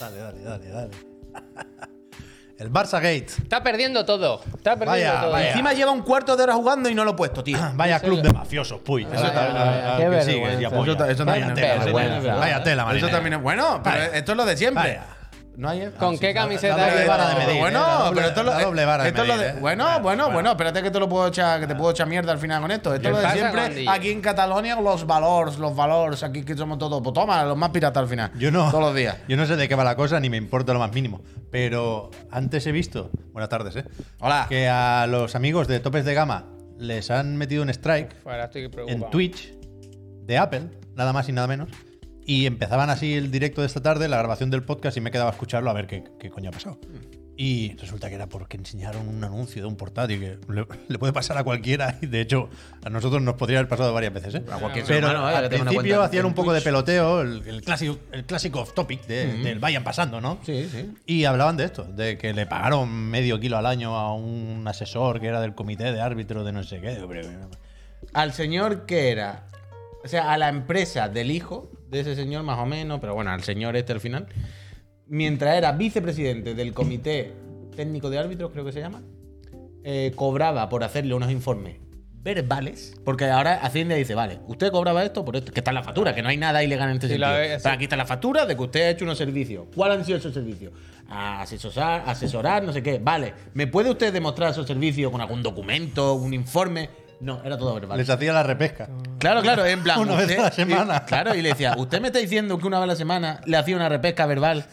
Dale, dale, dale, dale. El Barça Gate. Está perdiendo todo. Está perdiendo Vaya, todo. vaya. Encima lleva un cuarto de hora jugando y no lo he puesto, tío. Vaya club de mafiosos, puy. Eso Vaya, también- vaya, al qué que sigues y vergüenza. apoyas. Eso ta- eso también Vaya es tela, vergüenza. marinera. Vaya tela, Eso marinera. también es bueno, pero Vaya. esto es lo de siempre. Vaya. No hay. Ah, ¿Con qué camiseta la doble lleva? vara de medir, bueno, eh, la doble- pero esto es lo, la doble vara de esto es lo medir, eh. Bueno, Claro, bueno, bueno. bueno, espérate que te lo puedo echar, que te puedo echar mierda al final con esto. Esto es lo de pasa siempre. con DJ? Aquí en Cataluña los valores, los valores, aquí que somos todos, pues toma, los más piratas al final. Yo no, Todos los días. Yo no sé de qué va la cosa ni me importa lo más mínimo. Pero antes he visto, buenas tardes, ¿eh? Hola. Que a los amigos de Topes de Gama les han metido un strike Ahora estoy preocupado. en Twitch de Apple, nada más y nada menos. Y empezaban así el directo de esta tarde, la grabación del podcast, y me quedaba a escucharlo a ver qué, qué coño ha pasado. Mm. Y resulta que era porque enseñaron un anuncio de un portátil que le, le puede pasar a cualquiera. Y de hecho, a nosotros nos podría haber pasado varias veces. ¿eh? cualquier ser Pero humano, vaya, al que tenga una principio cuenta hacían en un poco de Twitch. Mm-hmm. peloteo, el, el clásico, el clásico off topic de- del vayan pasando, ¿no? Sí, sí. Y hablaban de esto, de que le pagaron medio kilo al año a un asesor que era del comité de árbitro de no sé qué. Pero- Al señor que era. O sea, a la empresa del hijo de ese señor, más o menos, pero bueno, al señor este al final. Mientras era vicepresidente del comité técnico de árbitros, creo que se llama, eh, cobraba por hacerle unos informes verbales, porque ahora Hacienda dice, vale, usted cobraba esto por esto, que está en la factura, que no hay nada ilegal en este Sí, sentido. la ve- Pero aquí está la factura de que usted ha hecho unos servicios. ¿Cuáles han sido esos servicios? A asesorar, asesorar, no sé qué. Vale, ¿me puede usted demostrar esos servicios con algún documento, un informe? No, era todo verbal. Les hacía la repesca. Claro, claro, en plan. Una vez a la semana. y- claro, y le decía, usted me está diciendo que una vez a la semana le hacía una repesca verbal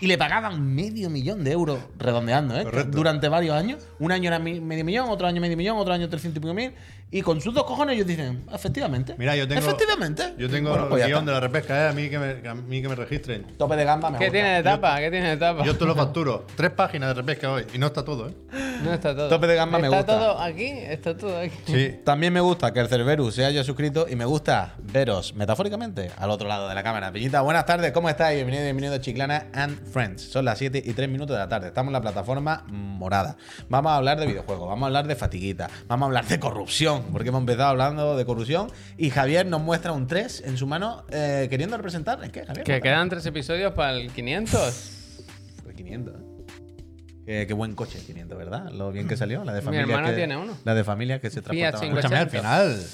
y le pagaban medio millón de euros, redondeando, ¿eh? Correcto. Durante varios años. Un año era mi- medio millón, otro año medio millón, otro año 300 y pico mil. Y con sus dos cojones ellos dicen, efectivamente. Mira, yo tengo- Efectivamente. Yo tengo Bueno, el pues ya guión de está. la repesca, ¿eh? a, mí que me, a mí que me registren. Tope de gamba, me ¿Qué gusta. tiene de tapa? ¿Qué tiene de tapa? Yo te lo facturo. Tres páginas de repesca hoy. Y no está todo, ¿eh? No está todo. Tope de gamba me está gusta. todo aquí, está todo aquí. Sí. También me gusta que el Cerberus se haya suscrito y me gusta veros metafóricamente al otro lado de la cámara. Peñita, buenas tardes, ¿cómo estáis? Bienvenido, bienvenido a Chiclana and Friends. Son las 7 y 3 minutos de la tarde. Estamos en la plataforma morada. Vamos a hablar de videojuegos, vamos a hablar de fatiguita, vamos a hablar de corrupción, porque hemos empezado hablando de corrupción y Javier nos muestra un 3 en su mano eh, queriendo representar. ¿Es qué, Javier? Que quedan tres episodios para el 500. El 500. ¿eh? Qué, qué buen coche el 500, ¿verdad? Lo bien que salió. La de Mi familia hermano que- tiene uno. La de familia que se transportaba. cinco- Escúchame, al 800. final.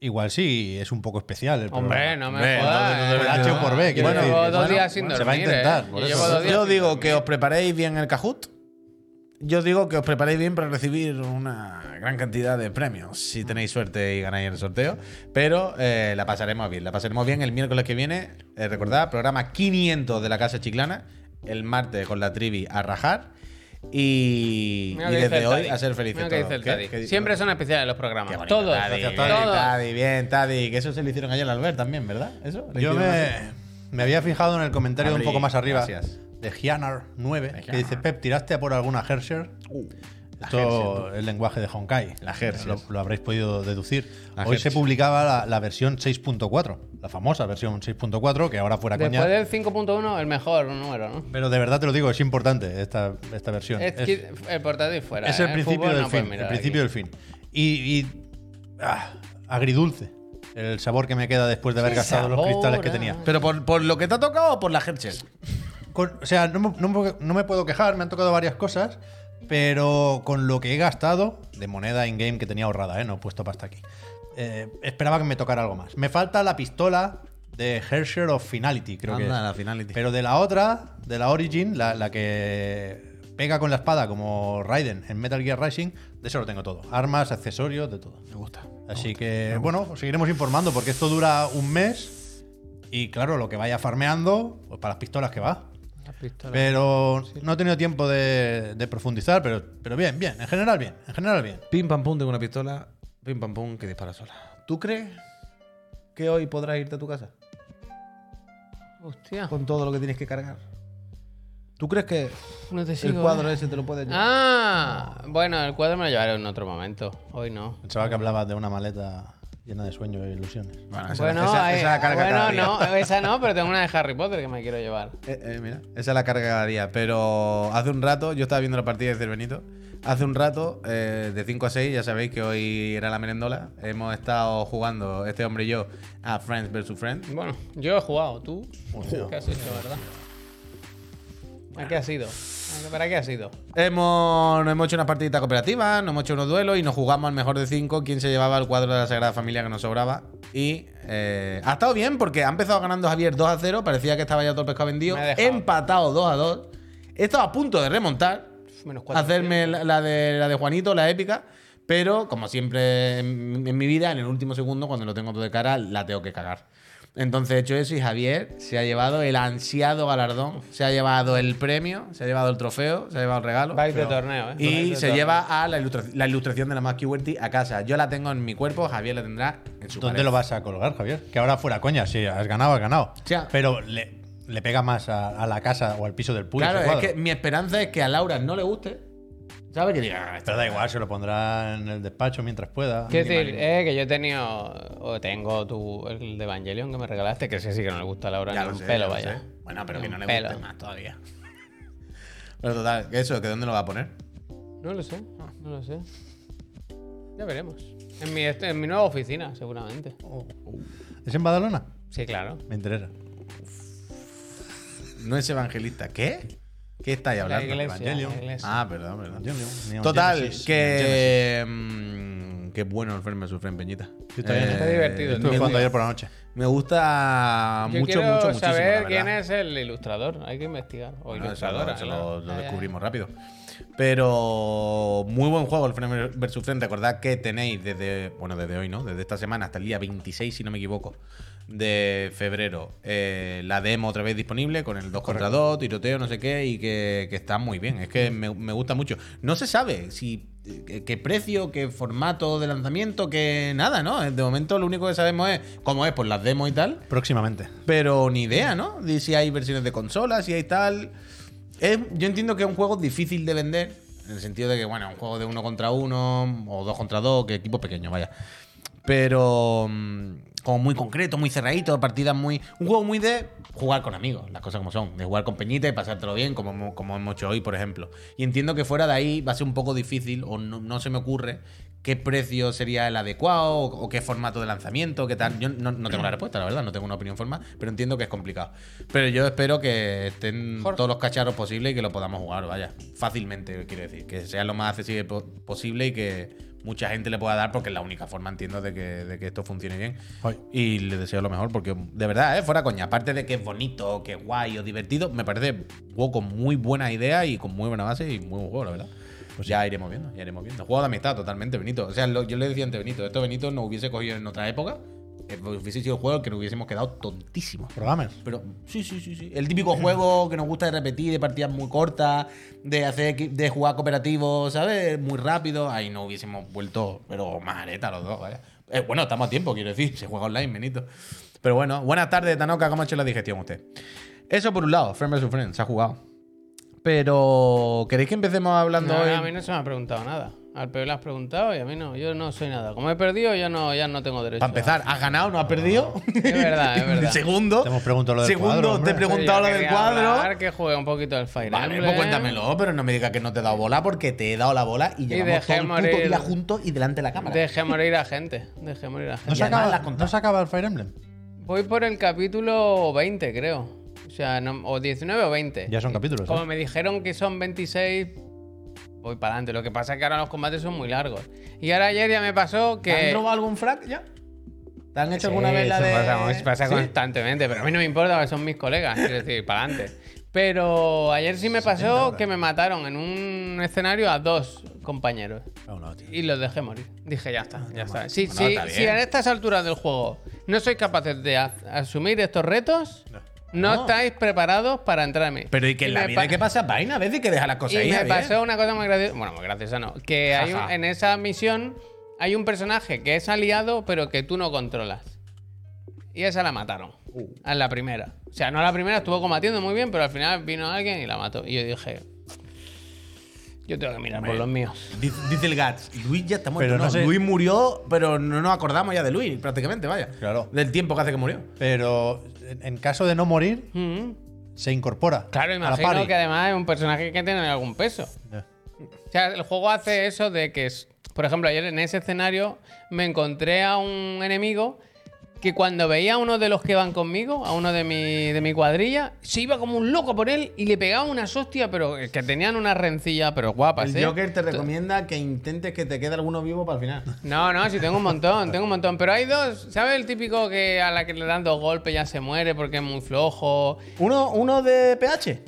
Igual sí, es un poco especial. El Hombre, programa. no me Hombre, jodas. no, no, no, eh. no, El H por B, quiero Bueno, decir. llevo dos Bueno, días sin dormir. se va a intentar, eh. por Yo eso. llevo dos días Yo sin digo dormir. que os preparéis bien el Kahoot. Yo digo que os preparéis bien para recibir una gran cantidad de premios si tenéis suerte y ganáis el sorteo. Pero eh, la pasaremos bien. La pasaremos bien el miércoles que viene. Eh, recordad, programa 500 de la Casa Chiclana. El martes con la trivi a rajar. Y, Mira lo y que dice desde el hoy Tadi. a ser Mira felices. lo que todos. dice el ¿Qué? Tadi. ¿Qué di- Siempre son especiales los programas. Qué bonito, todos. Tadi, todos. bien, Tadi, bien, Tadi. Que eso se lo hicieron ayer al Albert también, ¿verdad? ¿Eso? ¿Le Yo hicieron así? me, me había fijado en el comentario Abrí, un poco más arriba gracias. de Gianar9, que Gianar. dice: Pep, ¿tiraste a por alguna Hersher? Uh, La Hershey, Esto es el lenguaje de Honkai. La Hershey. Lo, lo habréis podido deducir. La Hoy se Hershey. publicaba la, la versión 6.4, la famosa versión 6.4, que ahora fuera Después coña. del 5.1, el mejor número, ¿no? Pero de verdad te lo digo, es importante esta, esta versión. Es Es- que el portátil fuera. es ¿eh? el principio fútbol del no puedes fin. El mirar principio del aquí. fin. Y. y, ah, agridulce. El sabor que me queda después de haber Qué gastado los sabor, cristales que ah. tenía. ¿Pero por, por lo que te ha tocado o por la Herschel? Con- o sea, no, me- no me- no me puedo quejar, me han tocado varias cosas, pero con lo que he gastado de moneda in-game que tenía ahorrada, ¿eh? no he puesto pasta aquí. eh, esperaba que me tocara algo más. Me falta la pistola de Hersher of Finality, creo que Anda, es. la Finality. Pero de la otra, de la Origin, la, la que pega con la espada como Raiden en Metal Gear Rising, de eso lo tengo todo. Armas, accesorios, de todo. Me gusta. Así que, bueno, os seguiremos informando porque esto dura un mes y claro, lo que vaya farmeando, pues para las pistolas que va. La pistola. Pero no he tenido tiempo de, de profundizar, pero, pero bien, bien, en general bien, en general bien. Pim pam pum, tengo una pistola. Pim pam pum, que dispara sola. ¿Tú crees que hoy podrás irte a tu casa? Hostia, Con todo lo que tienes que cargar. ¿Tú crees que no te el sigo. cuadro eh. ese te lo puedes llevar? Ah, bueno, el cuadro me lo llevaré en otro momento. Hoy no. Pensaba que hablabas de una maleta llena de sueños e ilusiones. Bueno, Bueno, hay- bueno no, esa no, pero tengo una de Harry Potter que me quiero llevar. Eh, eh, mira, esa es la carga cada día. Pero hace un rato, yo estaba viendo la partida de Cervenito. Hace un rato, eh, de 5 a 6, ya sabéis que hoy era la merendola. Hemos estado jugando, este hombre y yo, a Friends vs. Friends. Bueno, yo he jugado, tú. ¿Qué has hecho, verdad? ¿A qué ha sido? ¿A qué- ¿Para qué ha sido? Hemos, nos hemos hecho unas partiditas cooperativas, nos hemos hecho unos duelos y nos jugamos al mejor de cinco, quién se llevaba el cuadro de la Sagrada Familia que nos sobraba. Y eh, ha estado bien porque ha empezado ganando Javier 2 a 0, parecía que estaba ya todo el pescado vendido. Me ha dejado. Empatado 2 a 2. He estado a punto de remontar, Uf, Menos cuatro. hacerme la, la de, la de Juanito, la épica, pero como siempre en, en mi vida, en el último segundo, cuando lo tengo todo de cara, la tengo que cagar. Entonces he hecho eso y Javier se ha llevado el ansiado galardón, se ha llevado el premio, se ha llevado el trofeo, se ha llevado el regalo. Vais de Pero- torneo, ¿eh? Vais y de se torneo. lleva a la, ilustra- la ilustración de la Más Keywordty a casa. Yo la tengo en mi cuerpo, Javier la tendrá en su ¿Dónde pared. lo vas a colgar, Javier? Que ahora fuera coña, si has ganado, has ganado. Ya. Pero le, le pega más a, a la casa o al piso del público. Claro, es que mi esperanza es que a Laura no le guste. ¿Sabes? Que diga, "Ah, esto Pero da igual, se lo pondrá en el despacho mientras pueda. Quiero decir, eh, que yo he tenido, o tengo tu, el de Evangelion que me regalaste, que sé sí que no le gusta a Laura Ya ni lo un sé, ya pelo, lo vaya. sé. Bueno, pero Ni que no un le pelo. guste más todavía. Pero total, que eso, que dónde lo va a poner. No lo sé, no lo sé. Ya veremos. En mi, este- en mi nueva oficina, seguramente. Oh. ¿Es en Badalona? Sí, claro. Me interesa. No es evangelista. ¿Qué? ¿Qué estáis La hablando? iglesia, Evangelion. la iglesia. Ah, perdón, perdón. Yo no, ni a Total, Genesis, ni que. mm, Qué bueno el Fren me sufre en Peñita. Eh, Yo también, está divertido, Estuve Bien, jugando bien. ayer por la noche. Me gusta Yo Ah, mucho, quiero mucho, muchísimo. la saber verdad. quién es el ilustrador. Hay que investigar. O No, Ah, eso lo, ilustradora. eso claro. lo- lo Ah, ya, ya. descubrimos rápido. Pero muy buen juego el Frame vs. Frame. Recordad que tenéis desde, bueno, desde hoy, ¿no? Desde esta semana hasta el día 26, si no me equivoco, de febrero, eh, la demo otra vez disponible con el 2 contra 2, tiroteo, no sé qué, y que, que está muy bien. Es que me, me gusta mucho. No se sabe si eh, qué qué precio, qué formato de lanzamiento, que nada, ¿no? De momento lo único que sabemos es cómo es, por las demos y tal. Próximamente. Pero ni idea, ¿no? De si hay versiones de consolas, si hay tal. Es- yo entiendo que es un juego difícil de vender. En el sentido de que, bueno, es un juego de uno contra uno o dos contra dos, que equipo pequeño, vaya. Pero mm, como muy concreto, muy cerradito, partidas muy. Un juego muy de jugar con amigos, las cosas como son. De jugar con Peñita y pasártelo bien, como, hemos- como hemos hecho hoy, por ejemplo. Y entiendo que fuera de ahí va a ser un poco difícil, o no, no se me ocurre qué precio sería el adecuado, o, o qué formato de lanzamiento, qué tal. Yo no, no tengo la respuesta, la verdad, no tengo una opinión formal, pero entiendo que es complicado. Pero yo espero que estén Jorge. todos los cacharros posibles y que lo podamos jugar, vaya. Fácilmente, quiero decir. Que sea lo más accesible po- posible y que mucha gente le pueda dar, porque es la única forma, entiendo, de que, de que esto funcione bien. Ay. Y le deseo lo mejor, porque de verdad, ¿eh? fuera coña. Aparte de que es bonito, que es guay o divertido, me parece un juego con muy buena idea y con muy buena base y muy buen juego, la verdad. Pues ya iremos viendo, ya iremos viendo. Juego de amistad, totalmente, Benito. O sea, lo- yo le decía antes, Benito, esto Benito nos hubiese cogido en otra época, eh, hubiese sido un juego al que nos hubiésemos quedado tontísimos. Programas. Pero sí, sí, sí, sí. El típico juego que nos gusta de repetir, de partidas muy cortas, de hacer equi- de jugar cooperativo, ¿sabes? Muy rápido. Ahí no hubiésemos vuelto, pero más areta los dos, vaya. Eh, bueno, estamos a tiempo, quiero decir. Se juega online, Benito. Pero bueno, buenas tardes, Tanoka. ¿Cómo ha hecho la digestión usted? Eso por un lado, Friend vs. Friend, se ha jugado. Pero, ¿queréis que empecemos hablando No, hoy? no, a mí no se me ha preguntado nada. Al peor le has preguntado y a mí no. Yo no soy nada. Como he perdido, yo no, ya no tengo derecho. Para empezar, ¿has ganado? ¿No has perdido? Es verdad, es verdad. Segundo, Te hemos preguntado lo del segundo, cuadro, te hombre. he preguntado Yo lo del quería cuadro. hablar, que juegue un poquito del Fire Vale, Emblem. pues cuéntamelo, pero no me digas que no te he dado bola porque te he dado la bola y llevamos dejé todo el puto morir. día juntos y delante de la cámara. Dejé morir a gente. Dejé morir a ¿No gente. se, además acaba, la has contado. ¿No se acaba el Fire Emblem? Voy por el capítulo 20, creo. O sea, no- o 19 o 20. Ya son capítulos. Como ¿eh? me dijeron que son 26, voy para adelante. Lo que pasa es que ahora los combates son muy largos. Y ahora ayer ya me pasó ¿Te han que. robado algún frac ya? ¿Te han hecho Sí, alguna vez la eso de...? pasa, pasa ¿Sí? constantemente, pero a mí no me importa, porque son mis colegas, quiero decir, para adelante. Pero ayer sí me pasó que me mataron en un escenario a dos compañeros No, no, tío. y los dejé morir. Dije, ya está, ya está. Si, Ah, Bueno, si- está bien. si en estas alturas del juego no sois capaces de a- asumir estos retos, no, estáis preparados para entrar en mí. Pero y que en Y la me vida pa- hay que pasar vaina, a veces hay que dejar las cosas ahí, y me Javier. pasó una cosa muy graciosa. Bueno, muy graciosa no. Que hay un- Ajá. en esa misión hay un personaje que es aliado, pero que tú no controlas. Y esa la mataron. Uh. A la primera. O sea, no a la primera, estuvo combatiendo muy bien, pero al final vino alguien y la mató. Y yo dije. Yo tengo que mirar por los míos. Dice dice el Gats, Luis ya está muerto. Pero no sé- Luis murió, pero no nos acordamos ya de Luis, prácticamente, vaya. Claro. Del tiempo que hace que murió. Pero en en caso de no morir, Mm. se incorpora. Claro, a la imagino party. que además es un personaje que tiene algún peso. Ya. O sea, el juego hace eso de que, es- por ejemplo, ayer en ese escenario me encontré a un enemigo que cuando veía a uno de los que van conmigo, a uno de mi, de mi cuadrilla, se iba como un loco por él y le pegaba unas hostias, pero es que tenían unas rencillas, pero guapas, El ¿eh? Joker te recomienda que intentes que te quede alguno vivo para el final. No, no, sí, tengo un montón, tengo un montón. Pero hay dos, ¿sabes el típico que a la que le dan dos golpes ya se muere porque es muy flojo? Uno, uno de PH.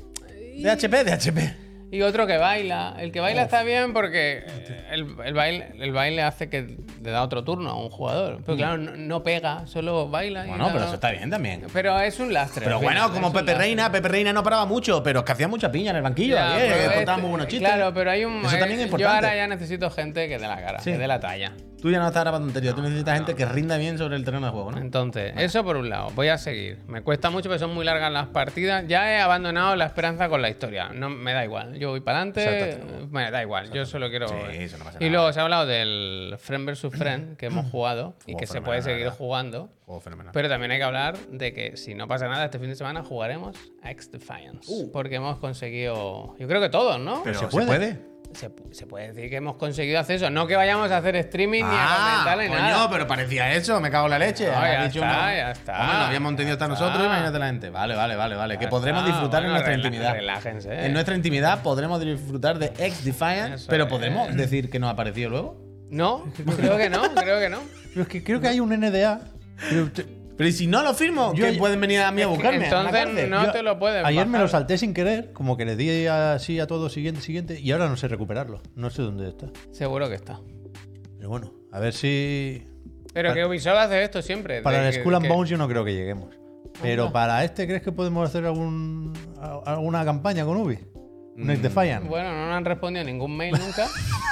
De HP, de HP. Y otro que baila. El que baila está bien porque eh, el, el baile, el baile hace que le da otro turno a un jugador. Pero claro, no, no pega, solo baila. y Bueno, pero nada. eso está bien también. Pero es un lastre. Pero al final, bueno, es como un Pepe lastre. Reina, Pepe Reina no paraba mucho, pero es que hacía mucha piña en el banquillo. Ya, Javier, pero que este- contaba muy buenos chistes. Claro, pero hay un. Eso también es eh, importante. Yo ahora ya necesito gente que dé la cara, Sí. que dé la talla. Tú ya no estás grabando tonterías, tú necesitas gente que rinda bien sobre el terreno de juego, ¿no? Entonces, eso por un lado. Voy a seguir. Me cuesta mucho, pero son muy largas las partidas. Ya he abandonado la esperanza con la historia. No me da igual. Yo voy para adelante. Exacto. Me da igual. Yo solo quiero. Sí, eso no pasa y nada. luego se ha hablado del friend versus friend que hemos jugado y Juego que se fenomenal, puede la seguir verdad. jugando. Juego fenomenal. Pero también hay que hablar de que si no pasa nada este fin de semana jugaremos a X Defiance. Porque hemos conseguido. Yo creo que todos, ¿no? Uh. Pero ¿se ¿se puede? puede? Se, pu- se puede decir que hemos conseguido acceso. No que vayamos a hacer streaming ni a comentarle Ah, coño, nada. pero parecía eso, me cago en la leche. No, Ahora ya has dicho está, una- ya está. Hombre, lo habíamos entendido hasta Ya nosotros, está. imagínate la gente. Vale, vale, vale, vale. Que Ya podremos está, disfrutar Ah, en bueno, nuestra rela- intimidad. relájense. eh. En nuestra intimidad podremos disfrutar de Ex Defiance, Eso pero es. podremos decir que nos ha parecido luego. No, creo que no, creo que no. Pero es que creo que hay un NDA. Pero te- Pero ¿y si no lo firmo, Yo- ¿Qué pueden venir a mí a buscarme. a la Entonces cárcel? no Yo te lo puedes. Ayer me bajar. lo salté sin querer, como que le di así a todo siguiente, siguiente, y ahora no sé recuperarlo. No sé dónde está. Seguro que está. Pero bueno, a ver si. Pero que Ubisoft hace esto siempre. de Para el que- Skull and que- Bones yo no creo que lleguemos. Pero para este, ¿crees que podemos hacer algún, a- alguna campaña con Ubi? Un Ex Defiant. Bueno, no nos han respondido ningún mail nunca.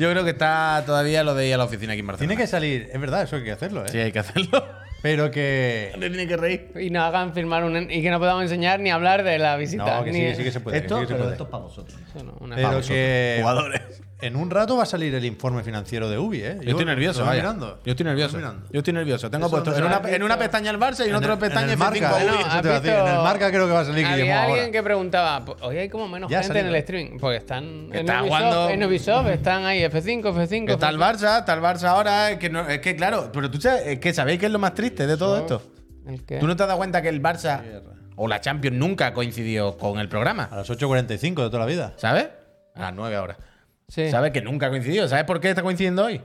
Yo creo que está todavía lo de ir a la oficina aquí en Barcelona. Tiene que salir, es verdad, eso hay que hacerlo, ¿eh? Sí, hay que hacerlo. Pero que. Te tiene que reír. y nos hagan firmar un. Y que no podamos enseñar ni hablar de la visita. No, que ni- sí, que sí que se Eh, puede. que esto, sí que se pero puede. esto es para vosotros. Eso no, una Pero pausa. que. Jugadores. En un rato va a salir el informe financiero de Ubi, ¿eh? Yo estoy nervioso, lo vaya. mirando. Yo estoy nervioso. Lo estoy mirando. Yo estoy nervioso. Tengo Eso puesto no en se una, ha visto. en una pestaña el Barça y en, En otra el- pestaña en el F5 marca. eh. Ubi. Bueno, eso Bueno, ¿has te iba a decir, visto- en el marca creo que va a salir Guillermo Había alguien ahora. que preguntaba, "Po- hoy hay como menos Ya ha gente en salido. el stream, porque están en Está Ubisoft, jugando- en Ubisoft, están ahí F5, F5. Está el Barça, está el Barça ahora. Es que, no- es que claro, pero tú sabes, es que sabéis que es lo más triste de todo esto. ¿El qué? ¿Tú no te has dado cuenta que el Barça o la Champions nunca coincidió con el A programa? las 8.45 de toda la vida. ¿Sabes? A las 9 ahora. Sí. ¿Sabes que nunca coincidió? ¿Sabes por qué está coincidiendo hoy?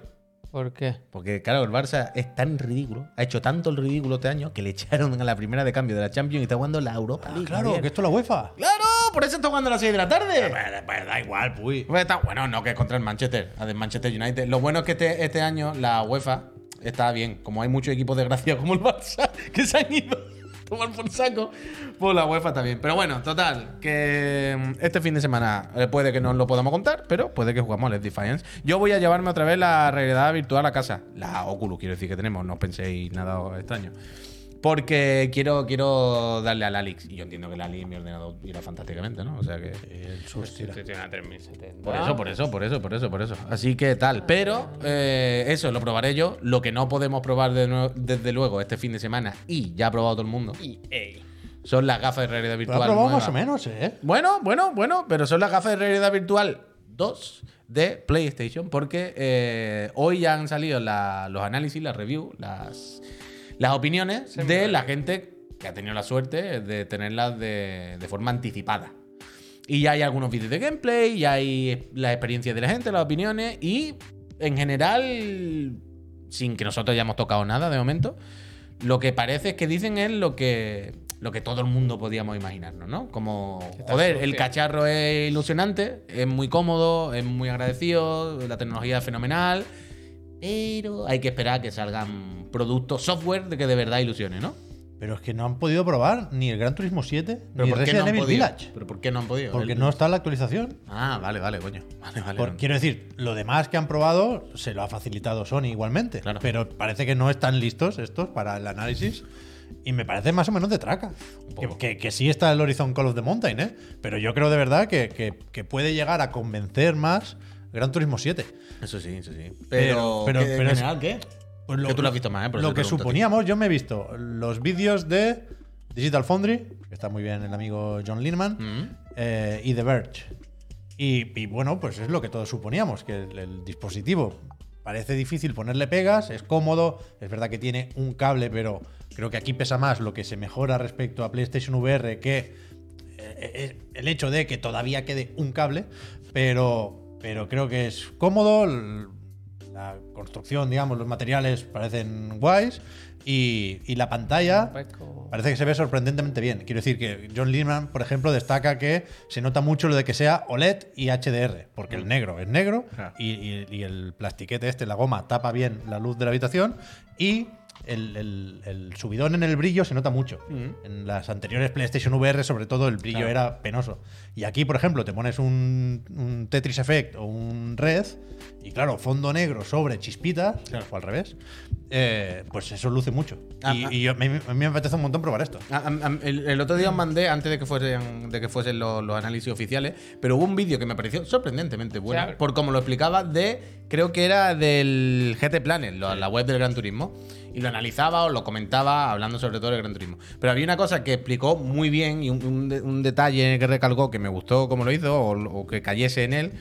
¿Por qué? Porque, claro, el Barça es tan ridículo, ha hecho tanto el ridículo este año que le echaron a la primera de cambio de la Champions y está jugando la Europa League. Claro, Javier. que esto es la UEFA. ¡Claro! Por eso está jugando a las 6 de la tarde. Ah, da igual, pues. está, bueno, no, que es contra el Manchester, el Manchester United. Lo bueno es que este, este año la UEFA está bien. Como hay muchos equipos desgraciados como el Barça que se han ido a tomar por saco, pues la UEFA está bien. Pero bueno, total, que mm, este fin de semana eh, puede que no lo podamos contar, pero puede que jugamos al Defiance. Yo voy a llevarme otra vez la realidad virtual a casa. La Oculus, quiero decir que tenemos, no os penséis nada extraño. Porque quiero, quiero darle a la Alix. Y yo entiendo que la Alix, mi ordenador, irá fantásticamente, ¿no? O sea que. El sur tira. Tiene una 3070. Por eso, por eso, por eso, por eso, por eso. Así que tal. Pero eh, eso lo probaré yo. Lo que no podemos probar de nuevo- desde luego este fin de semana, y ya ha probado todo el mundo, EA. son las gafas de realidad Lo ha virtual. probado nuevas. más o menos, ¿eh? Bueno, bueno, bueno, pero son las gafas de realidad virtual 2 de PlayStation, porque eh, hoy ya han salido la- los análisis, las reviews, las, las opiniones de la gente que ha tenido la suerte de tenerlas de, de forma anticipada. Y ya hay algunos vídeos de gameplay, ya hay las experiencias de la gente, las opiniones y en general, sin que nosotros hayamos tocado nada de momento, lo que parece es que dicen es lo que, lo que todo el mundo podíamos imaginarnos, ¿no? Como, joder, el sucio. cacharro es ilusionante, es muy cómodo, es muy agradecido, la tecnología es fenomenal, pero hay que esperar a que salgan productos, software de que de verdad ilusione, ¿no? Pero es que no han podido probar ni el Gran Turismo 7 Pero ni ¿por, qué no Resident han Evil podido? Village. ¿Pero por qué no han podido? Porque El- no está la actualización. Ah, vale, vale, coño. Vale, vale. Por- quiero decir, lo demás que han probado se lo ha facilitado Sony igualmente. Claro. Pero parece que no están listos estos para el análisis. Y me parece más o menos de traca. Que, poco. que- que sí está el Horizon Call of the Mountain, ¿eh? Pero yo creo de verdad que, que- que puede llegar a convencer más Gran Turismo 7. Eso sí, eso sí. Pero- pero- ¿qué- en pero es- general, ¿qué? Pues Que tú lo has visto más, ¿eh? Por eso lo que te pregunto a ti. suponíamos, yo me he visto los vídeos de Digital Foundry, que está muy bien el amigo John Linman, Mm. eh, y The Verge. Y, y bueno, pues es lo que todos suponíamos, que el, el dispositivo Parece difícil ponerle pegas, es cómodo, es verdad que tiene un cable, pero creo que aquí pesa más lo que se mejora respecto a PlayStation VR que eh, eh, el hecho de que todavía quede un cable, pero, pero creo que es cómodo, l- la construcción, digamos, los materiales parecen guays y, y la pantalla Pues Peco. parece que se ve sorprendentemente bien. Quiero decir que John Lehman, por ejemplo, destaca que se nota mucho lo de que sea OLED y HDR, porque el negro es negro Mm. Ah. y, y- y el plastiquete este, la goma, tapa bien la luz de la habitación y el, el- el subidón en el brillo se nota mucho. Mm. En las anteriores PlayStation VR, sobre todo, el brillo era penoso. Y aquí, por ejemplo, te pones un, un Tetris Effect o un Red y, claro, fondo negro sobre chispitas, o al revés, eh, pues eso luce mucho. Ah, y ah. y yo, a mí a mí me apetece un montón probar esto. A- a- a- Ah, El, el otro día os mandé, antes de que fuesen, de que fuesen los, los análisis oficiales, pero hubo un vídeo que me pareció sorprendentemente bueno, O sea, por como lo explicaba, de, creo que era del GT Planet, lo- la web del Gran Turismo, y lo analizaba o lo comentaba hablando sobre todo del Gran Turismo. Pero había una cosa que explicó muy bien y un, un de- un detalle que recalcó que me gustó como lo hizo o, o que cayese en él,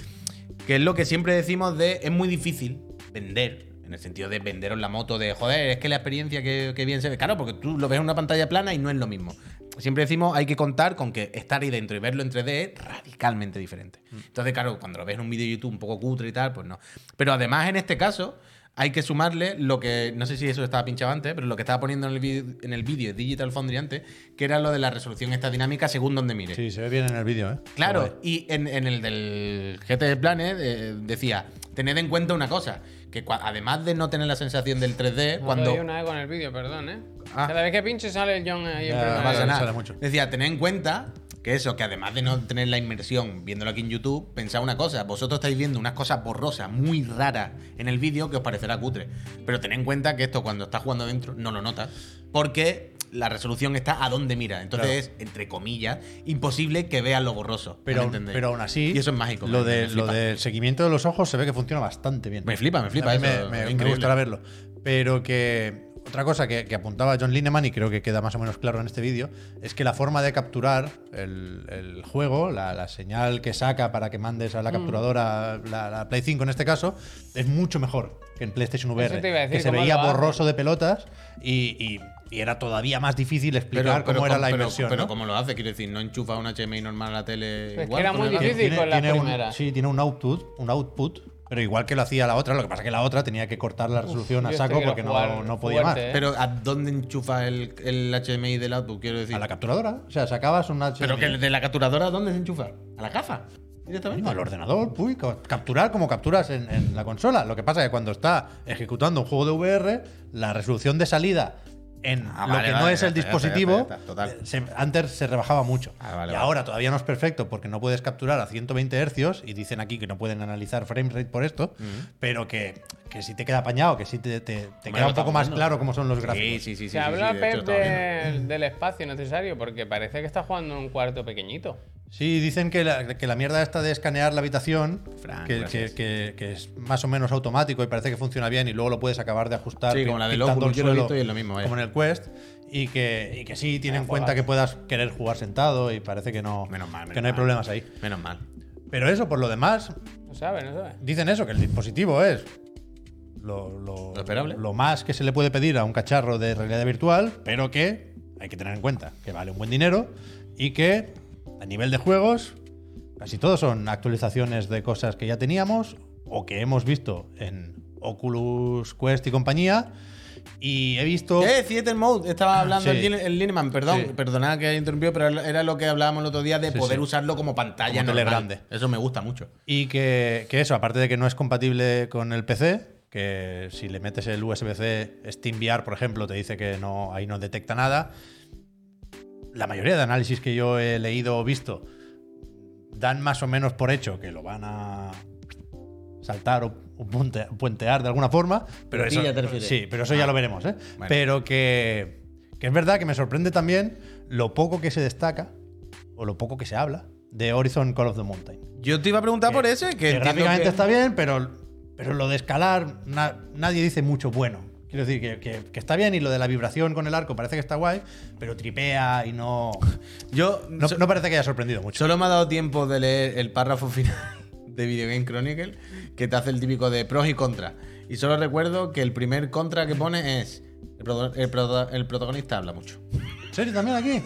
que es lo que siempre decimos de es muy difícil vender. En el sentido de venderos la moto, de joder, es que la experiencia que, que bien se ve. Claro, porque tú lo ves en una pantalla plana y no es lo mismo. Siempre decimos hay que contar con que estar ahí dentro y verlo en 3D es radicalmente diferente. Entonces, claro, cuando lo ves en un vídeo de YouTube un poco cutre y tal, pues no. Pero además, en este caso, hay que sumarle lo que, no sé si eso estaba pinchado antes, pero lo que estaba poniendo en el vídeo- en el vídeo de Digital Foundry antes, que era lo de la resolución esta dinámica según donde mires. Sí, se ve bien en el vídeo, ¿eh? Claro, y en, en el del GT Planet eh, decía, tened en cuenta una cosa, que cua- además de no tener la sensación del 3D, No cuando... lo di una vez con el vídeo, perdón, ¿eh? Ah. Cada vez que pinche sale el John ahí en Ya, primera no Ah, pasa vale, vez. nada. sale mucho. Decía, tened en cuenta que eso, que además de no tener la inmersión viéndolo aquí en YouTube, pensad una cosa, vosotros estáis viendo unas cosas borrosas, muy raras en el vídeo que os parecerá cutre, pero tened en cuenta que esto cuando estás jugando dentro no lo notas, porque la resolución está a donde mira, entonces es, entre comillas, imposible que veas lo borroso. ¿me Pero, entendéis? pero aún así, Y eso es mágico. Lo, me- de- me lo flipa. del seguimiento de los ojos se ve que funciona bastante bien. Me flipa, me flipa A mí eso, me, me- es me increíble. gustará verlo. Pero que otra cosa que, que apuntaba John Lineman, y creo que queda más o menos claro en este vídeo, es que la forma de capturar el, el juego, la, la señal que saca para que mandes Mm. a la capturadora, la, la Play 5 en este caso, es mucho mejor que en PlayStation VR. te iba a decir, que se ¿cómo veía lo hace? borroso de pelotas y, y- y era todavía más difícil explicar cómo era la inversión. Pero ¿no? como lo hace, quiero decir, no enchufa un HMI normal a la tele. que igual, era con muy el difícil. brazo. con la un- primera. sí, tiene un output, un output, pero igual que lo hacía la otra, lo que pasa es que la otra tenía que cortar la resolución a yo saco este porque quiero no, jugar no podía fuerte, ¿eh? Pero ¿a dónde enchufa el, el HMI del output? Quiero decir. eh. más. A la capturadora, o sea, sacabas un HDMI. pero que el de la capturadora, ¿dónde se enchufa? ¿A la gafa? Directamente. No, al ordenador, puy, co- capturar como capturas en, en la consola. Lo que pasa es que cuando está ejecutando un juego de VR, la resolución de salida en Ah, lo vale, que no vale, es ya el está, ya está, ya dispositivo, está, ya está, total. eh, se- antes se rebajaba mucho. Ah, vale, y vale. ahora todavía no es perfecto porque no puedes capturar a 120 Hz y dicen aquí que no pueden analizar frame rate por esto, pero que, que sí te queda apañado, que sí te, te- te Hombre, queda lo un poco estamos más viendo. claro cómo son los Sí, sí, gráficos. sí. sí, Se sí, habla, sí, de hecho, Pep, estaba viendo. del, del espacio necesario, porque parece que está jugando en un cuarto pequeñito. Sí, dicen que la, que la mierda esta de escanear la habitación, Frank, que, gracias. que- que- que es más o menos automático y parece que funciona bien y luego lo puedes acabar de ajustar. Sí, pi- como la del pintando Oculus, el yo lo he suelo, visto y es lo mismo, eh. Como en el Quest. Y que, y que sí, tiene Ah, en cuenta juegazo. que puedas querer jugar sentado y parece que no, Menos mal, que menos no hay mal. problemas ahí. Menos mal. Pero eso, por lo demás, No sabe, no sabe. dicen eso, que el dispositivo es lo, lo- Lo esperable. lo más que se le puede pedir a un cacharro de realidad virtual, pero que hay que tener en cuenta que vale un buen dinero y que a nivel de juegos casi todos son actualizaciones de cosas que ya teníamos o que hemos visto en Oculus Quest y compañía. Y he visto... Eh, Theater Mode, estaba hablando Ah, sí. el, Lin- el Lineman, perdón, Sí. perdonad que haya interrumpido, pero era lo que hablábamos el otro día de Sí, poder sí. usarlo como pantalla Como tele normal. grande. Eso me gusta mucho. Y que, que eso, aparte de que no es compatible con el PC, que si le metes el USB-C, SteamVR, por ejemplo, te dice que no, ahí no detecta nada. La mayoría de análisis que yo he leído o visto dan más o menos por hecho que lo van a saltar o o punte- puentear de alguna forma. Pero A ti eso, ya te refieres. Ah, sí, pero eso ya lo veremos. ¿eh? Bueno. Pero que, que es verdad que me sorprende también lo poco que se destaca o lo poco que se habla de Horizon Call of the Mountain Yo te iba a preguntar Ah, por ese, que, que entiendo gráficamente que- está bien, pero, pero lo de escalar, na- nadie dice mucho bueno. Quiero decir que, que- que está bien y lo de la vibración con el arco parece que está guay, pero tripea y no. Yo No, so- no parece que haya sorprendido mucho. Solo me ha dado tiempo de leer el párrafo final de Video Game Chronicle, que te hace el típico de pros y contras. Y solo recuerdo que el primer contra que pone es. El, proto- el proto- el protagonista habla mucho. ¿En serio también aquí?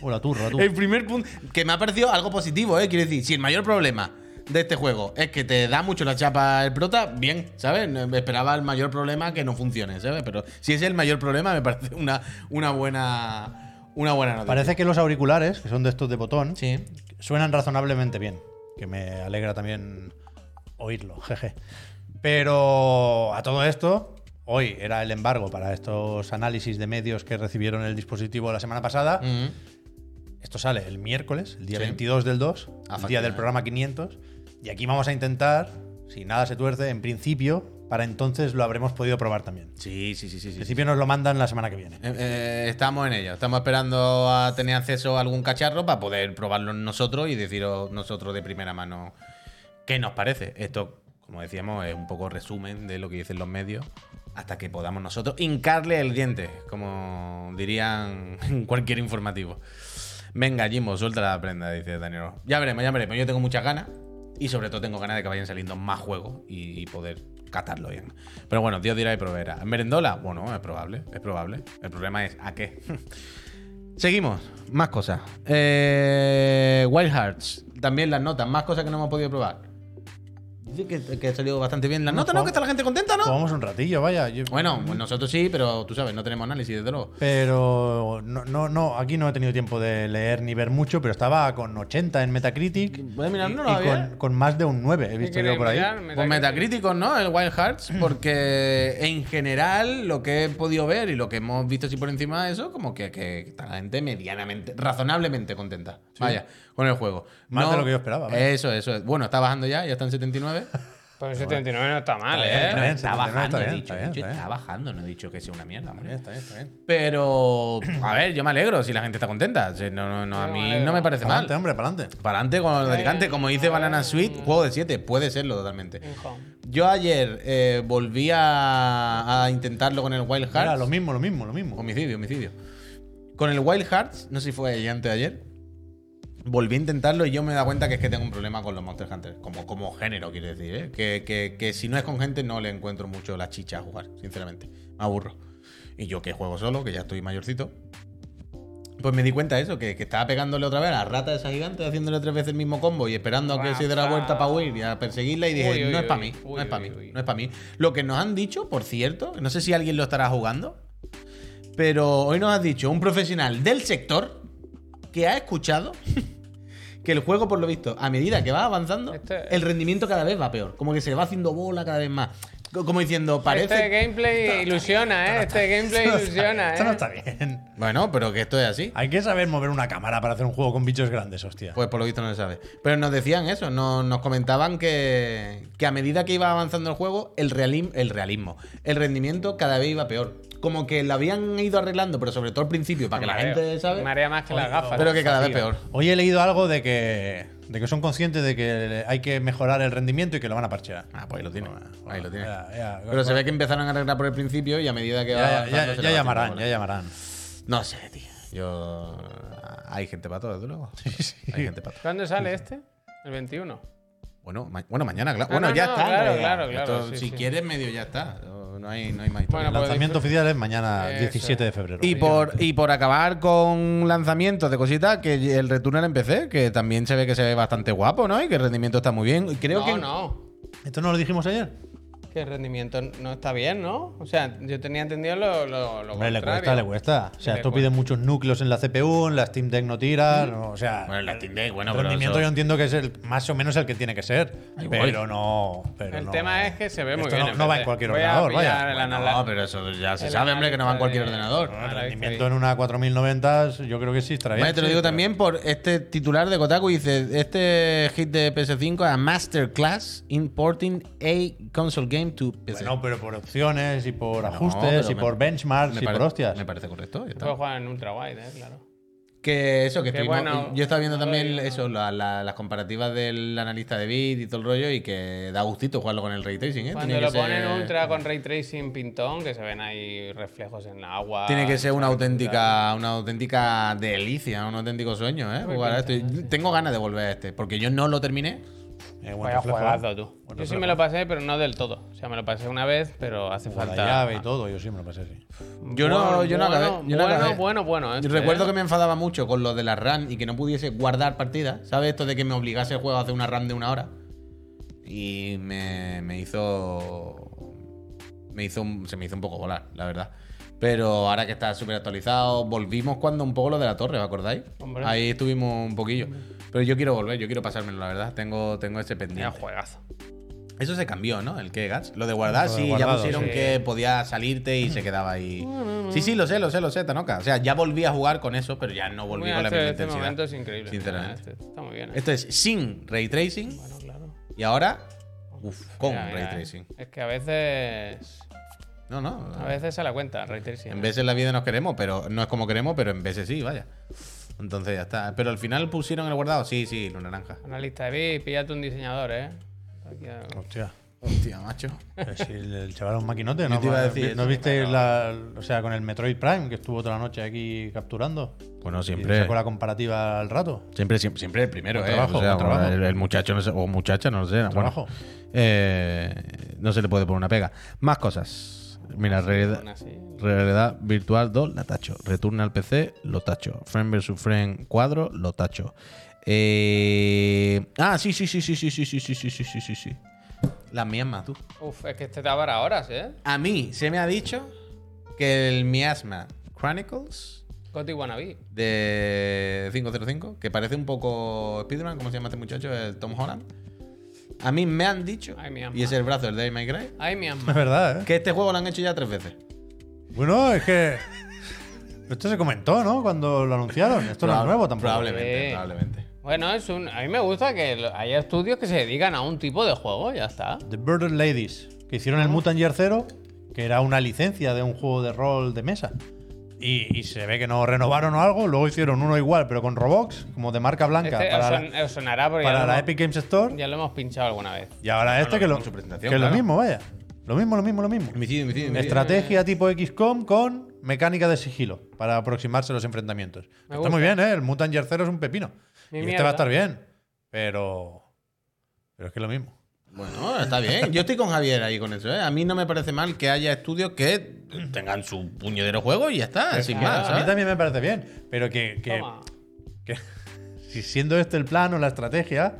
Hola, turro, la turra. El primer punto. Que me ha parecido algo positivo, ¿eh? Quiero decir, si el mayor problema de este juego es que te da mucho la chapa el prota, bien, ¿sabes? No- me Esperaba el mayor problema que no funcione, ¿sabes? Pero si es el mayor problema, me parece una, una buena. Una buena noticia. Parece que los auriculares, que son de estos de botón, Sí. suenan razonablemente bien. Que me alegra también oírlo, jeje. Pero a todo esto, hoy era el embargo para estos análisis de medios que recibieron el dispositivo la semana pasada. Mm. Esto sale el miércoles, el día Sí. 22 del 2, el día Efectivamente. del programa 500. Y aquí vamos a intentar, si nada se tuerce, en principio, para entonces lo habremos podido probar también. Sí, sí, sí, sí. En sí. principio nos lo mandan la semana que viene. Eh, eh, estamos en ello. Estamos esperando a tener acceso a algún cacharro para poder probarlo nosotros y deciros nosotros de primera mano qué nos parece. Esto, como decíamos, es un poco resumen de lo que dicen los medios hasta que podamos nosotros hincarle el diente, como dirían en cualquier informativo. Venga, Jimbo, suelta la prenda, dice Daniel. Ya veremos, ya veremos. Yo tengo muchas ganas y sobre todo tengo ganas de que vayan saliendo más juegos y, y poder catarlo bien. Pero bueno, Dios dirá y proveerá. ¿Merendola? Bueno, es probable, es probable. El problema es ¿a qué? Seguimos, más cosas. Eh, Wild Hearts, también las notas, más cosas que no hemos podido probar. Dice que, que ha salido bastante bien las No, notas, ¿no? jugamos- Que está la gente contenta, ¿no? Jugamos un ratillo, vaya. yo- Bueno, pues nosotros sí, pero tú sabes, no tenemos análisis, desde luego. Pero no, no, no, aquí no he tenido tiempo de leer ni ver mucho, pero estaba con 80 en Metacritic. Voy a mirar, y- no y lo había. con, con más de un 9, he visto yo por ahí. Pues metacríticos, ¿no? El Wild Hearts, porque en general lo que he podido ver y lo que hemos visto así por encima de eso, como que, que está la gente medianamente, razonablemente contenta. Vaya, con el juego. Más de lo que yo esperaba, vaya. Eso, eso. es. Bueno, está bajando ya, ya está en 79. Pues 79 no está mal, Está bien, ¿eh? está bien, está bien, he está dicho, he bien, dicho, está bien. está bajando, no he dicho que sea una mierda, hombre. Está bien, está bien. Pero, a ver, yo me alegro si la gente está contenta. Si No, no, no, a Yo me mí alegro. no me parece mal. Pa'lante, hombre, pa'lante. Para adelante con los Eh, dedicantes, como dice eh, Banana Suite, juego de 7, puede serlo totalmente. Yo ayer eh, volví a, a intentarlo con el Wild Hearts. Era lo mismo, lo mismo, lo mismo. Homicidio, homicidio. Con el Wild Hearts, no sé si fue ayer antes de ayer. Volví a intentarlo y yo me he dado cuenta que es que tengo un problema con los Monster Hunter. Como, como género, quiero decir, ¿eh? Que, que- que si no es con gente, no le encuentro mucho la chicha a jugar, sinceramente. Me aburro. Y yo que juego solo, que ya estoy mayorcito. Pues me di cuenta de eso, que, que estaba pegándole otra vez a la rata esa gigante, haciéndole tres veces el mismo combo y esperando a que Rafa. se diera la vuelta para huir y a perseguirla. Y dije, Uy, uy, no es para uy. mí, no Uy, es para uy, mí, uy. no es para mí. Lo que nos han dicho, por cierto, no sé si alguien lo estará jugando, pero hoy nos has dicho un profesional del sector que ha escuchado que el juego, por lo visto, a medida que va avanzando, Este- el rendimiento cada vez va peor. Como que se le va haciendo bola cada vez más. Co- Como diciendo, parece. Este gameplay ilusiona, ¿eh? Este gameplay ilusiona, Esto no ¿eh? está bien. Bueno, pero que esto es así. Hay que saber mover una cámara para hacer un juego con bichos grandes, hostia. Pues por lo visto no se sabe. Pero nos decían eso, no- nos comentaban que, que a medida que iba avanzando el juego, el, realim- el realismo, el rendimiento cada vez iba peor. Como que lo habían ido arreglando, pero sobre todo al principio, para que la Mareo. gente sabe. Marea más que las gafas. Pero que cada vez Tío. peor. Hoy he leído algo de que, de que son conscientes de que hay que mejorar el rendimiento y que lo van a parchear. Ah, pues ahí lo tiene. Ahí lo tiene. Ya, ya. Pero se ve que empezaron a arreglar por el principio y a medida que Ya- va ya- avanzando ya- se le ya va llamarán, haciendo ya bola. llamarán. No sé, tío. Yo. Hay gente para todo, desde luego. Hay gente para todo. ¿Cuándo sale este? El 21. Bueno, ma- bueno mañana, claro. No, bueno, Ah, no, ya no, está. en claro, realidad. claro, claro, Esto, sí, si sí. quieres, medio ya está. No hay, no hay más historia. Bueno, El pues lanzamiento disfruta. oficial es mañana Eso. 17 de febrero. Y por, y por acabar con lanzamientos de cositas, que el Returnal en PC, que también se ve que se ve bastante guapo, ¿no? Y que el rendimiento está muy bien. Y Creo no, que. no. ¿Esto no lo dijimos ayer? Que el rendimiento no está bien, ¿no? O sea, yo tenía entendido lo, lo, lo Hombre, le contrario. cuesta, le cuesta. O sea, Le esto cuesta. pide muchos núcleos en la CPU, en la Steam Deck no tira, no, o sea... Bueno, la Steam Deck, bueno, el pero rendimiento eso- yo entiendo que es el más o menos el que tiene que ser, Ahí voy. pero no... pero El no- tema es que se ve muy esto bien. No, en no va PC. en cualquier Voy a ordenador, pillar vaya. el Bueno, anal- no, pero eso ya se el sabe, hombre, que no va en cualquier analista de- ordenador. Bueno, El Ahora hay rendimiento que- en una 4090 yo creo que sí estará bien. Vale, te lo sí, digo pero- también por este titular de Kotaku. Dice, este hit de PS5 a Masterclass Importing a Console Game to PC. Bueno, pero por opciones y por No, ajustes pero y me- por benchmarks y pare- por hostias. me parece correcto. ya está. Puedo jugar en ultra wide, ¿eh? Claro. Que eso, que Que estuvimos- bueno, yo estaba viendo no también doy, no. eso, la- la- las comparativas del analista de bit y todo el rollo y que da gustito jugarlo con el ray tracing, ¿eh? Cuando Tiene lo que ponen ser- ultra con ray tracing pintón, que se ven ahí reflejos en el agua. Tiene que ser una auténtica, una auténtica delicia, un auténtico sueño, ¿eh? Jugar a esto. Y Tengo ganas de volver a este, porque yo no lo terminé. Eh, buen Vaya reflejo, ¿eh? juegazo, tú. Buen Yo sí reflejo. me lo pasé, pero no del todo. O sea, me lo pasé una vez, pero hace Con la falta. llave y todo, yo sí me lo pasé así. Yo no- yo no acabé, yo no bueno, acabé. bueno, bueno, este ¿eh? Yo Recuerdo que me enfadaba mucho con lo de la RAM y que no pudiese guardar partidas. ¿Sabes? Esto de que me obligase el juego a hacer una RAM de una hora. Y me, me hizo. Me hizo un- se me hizo un poco volar, la verdad. Pero ahora que está súper actualizado, volvimos cuando un poco lo de la torre, ¿os acordáis? Hombre. Ahí estuvimos un poquillo. Pero yo quiero volver, yo quiero pasármelo, la verdad. Tengo, tengo ese Era pendiente. juegazo. Eso se cambió, ¿no? El que Gats. Lo de guardar, Lo de sí, ya guardado, pusieron sí. que podía salirte y se quedaba ahí. Sí, sí, lo sé, lo sé, lo sé, Tanoka. O sea, ya volví a jugar con eso, pero ya no volví Mira, con la este, misma este intensidad. momento es increíble. Sinceramente. Este- está muy bien. ¿eh? Esto es sin ray tracing Bueno, claro. y ahora uf, con Mira, mira, ray eh. tracing. Es que a veces. No, no. A veces se la cuenta, Ray Tracing. En veces la vida nos queremos, pero no es como queremos, pero en veces sí, vaya. Entonces ya está. Pero al final pusieron el guardado. Sí, sí, lo naranja. Analista de VIP, píllate un diseñador, ¿eh? Aquí a- Hostia. Hostia, macho. Pero si Eh, el, el chaval es un maquinote, Yo ¿no? te iba a decir ¿No eso, viste la, o sea, con el Metroid Prime que estuvo toda la noche aquí capturando? Bueno, Y siempre. sacó la comparativa al rato. Siempre, siempre, siempre el primero, Buen ¿eh? trabajo, O sea, buen trabajo. El, el muchacho no sé- o muchacha, no lo sé. Bueno, trabajo. eh, no se le puede poner una pega. Más cosas. Mira, realidad, Aún así. realidad virtual 2, la tacho. Returna al PC, lo tacho. Frame vs. Frame cuadro, lo tacho. Eh, ah, sí, sí, sí, sí, sí, sí, sí, sí, sí, sí, sí, sí, sí. Las miasmas, tú. Uf, es que este te para horas, ¿eh? A mí se me ha dicho que el miasma Chronicles Coti Wannabe. de 505, que parece un poco Spiderman, ¿cómo se llama este muchacho? El Tom Holland. A mí me han dicho, Ay, mi alma. y es el brazo del Dave May Cry, Ay, mi Es alma. verdad, ¿eh? que este juego lo han hecho ya tres veces. Bueno, es que. Esto se comentó, ¿no? Cuando lo anunciaron. Esto no es Probable- nuevo tampoco. Probablemente, Sí. probablemente. Bueno, es un. A mí me gusta que lo- haya estudios que se dedican a un tipo de juego, ya está. The Murdered Ladies, que hicieron Ah. el Mutant Year Zero, que era una licencia de un juego de rol de mesa. Y, y se ve que no renovaron o algo. Luego hicieron uno igual, pero con Roblox, como de marca blanca, Este para, os, la, son- os sonará porque para ya, la lo, Epic Games Store. ya lo hemos pinchado alguna vez. Y ahora este, lo que, vi lo, en su presentación, que es lo claro. mismo, vaya. Lo mismo, lo mismo, lo mismo. Homicidio, homicidio, homicidio. Estrategia tipo XCOM con mecánica de sigilo para aproximarse a los enfrentamientos. Está gusta. muy bien, ¿eh? El Mutant Year Zero es un pepino. Mi y este mierda. va a estar bien. Pero. Pero es que es lo mismo. Bueno, está bien. Yo estoy con Javier ahí con eso, ¿eh? A mí no me parece mal que haya estudios que tengan su puñedero juego y ya está, sin a, más, a mí ¿sabes? también me parece bien. Pero que. que, Toma. que- si siendo este el plan o la estrategia.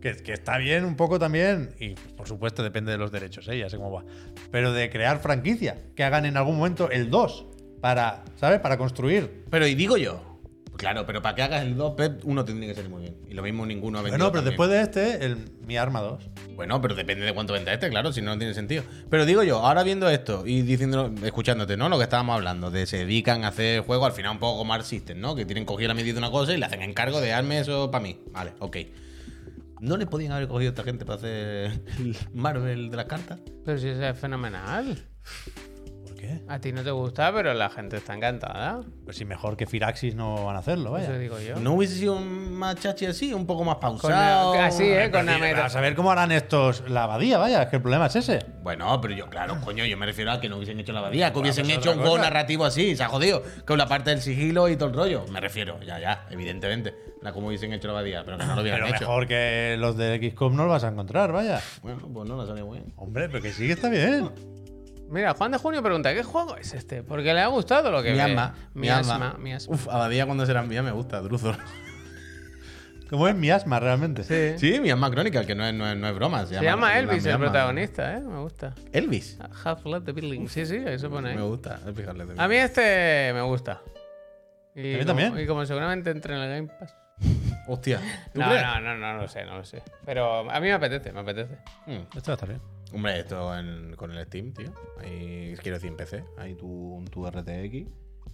Que, que está bien un poco también. Y por supuesto depende de los derechos, ¿eh? Ya sé cómo va. Pero de crear franquicia. Que hagan en algún momento el 2. Para. ¿Sabes? Para construir. Pero, y digo yo, claro, pero para que hagas el 2, Pep, uno tendría que ser muy bien. Y lo mismo ninguno ha vendido. Bueno, pero también. después de este, el, mi arma 2. Bueno, pero depende de cuánto venda este, claro, si no, no tiene sentido. Pero digo yo, ahora viendo esto y diciendo, escuchándote, ¿no? Lo que estábamos hablando, de se dedican a hacer juegos al final un poco como Art System, ¿no? Que tienen cogida la medida de una cosa y le hacen encargo de darme eso para mí. Vale, ok. ¿No le podían haber cogido a esta gente para hacer el Marvel de las cartas? Pero si eso es fenomenal. ¿Por qué? A ti no te gusta, pero la gente está encantada. Pues si mejor que Firaxis no van a hacerlo, vaya. Eso digo yo. ¿No hubiese sido más chachi así? Un poco más Con pausado. la- así, ¿eh? Con la Sí, pero meta. a saber cómo harán estos la abadía, vaya, es que el problema es ese. Bueno, pero yo, claro, coño, yo me refiero a que no hubiesen hecho la abadía, que hubiesen pues hecho un otra juego cosa. narrativo así, se ha jodido, con la parte del sigilo y todo el rollo. Me refiero, ya, ya, evidentemente, la como hubiesen hecho la abadía, pero que no lo hubieran Pero hecho. mejor que los de XCOM no los vas a encontrar, vaya. Bueno, pues no la sale muy bien. Hombre, pero que sí que está bien. Mira, Juan de Junio pregunta, ¿qué juego es este? Porque le ha gustado lo que Mi ve. alma, Mi asma, mi asma. Uf, abadía cuando será mía me gusta, Druzo. Como es mi asma realmente. Sí. Sí, mi asma crónica, que no es, no es, no es broma. Se llama la Elvis el miasma. protagonista, ¿eh? Me gusta. Elvis. Half Left the Building. Sí, sí, eso pone Me ahí. gusta, es fijarle. de- A mí este me gusta. Y A mí como- también. Y como seguramente entre en el Game Pass. Hostia. ¿tú No, crees? no, no, no lo sé, no lo sé. Pero a mí me apetece, me apetece. Mm. Esto va a estar bien. Hombre, esto en- con el Steam, tío. Ahí, quiero decir, en PC. Ahí tu, tu RTX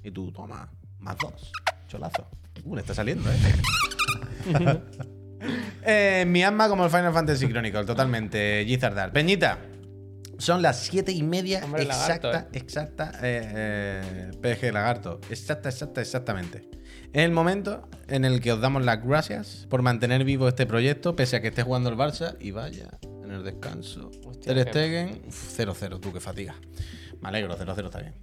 y tú toma más dos. Cholazo. Uh, le está saliendo, ¿eh? eh mi alma como el Final Fantasy Chronicle, totalmente. Gizard Dark. Peñita, son las siete y media Hombre, exacta, lagarto, exacta. eh, eh, PG Lagarto. Exacta, exacta, exactamente. Es el momento en el que os damos las gracias por mantener vivo este proyecto, pese a que esté jugando el Barça y vaya en el descanso. Hostia, Ter qué- Stegen, uf, 0-0, tú, que fatiga. Me alegro, 0-0 está bien.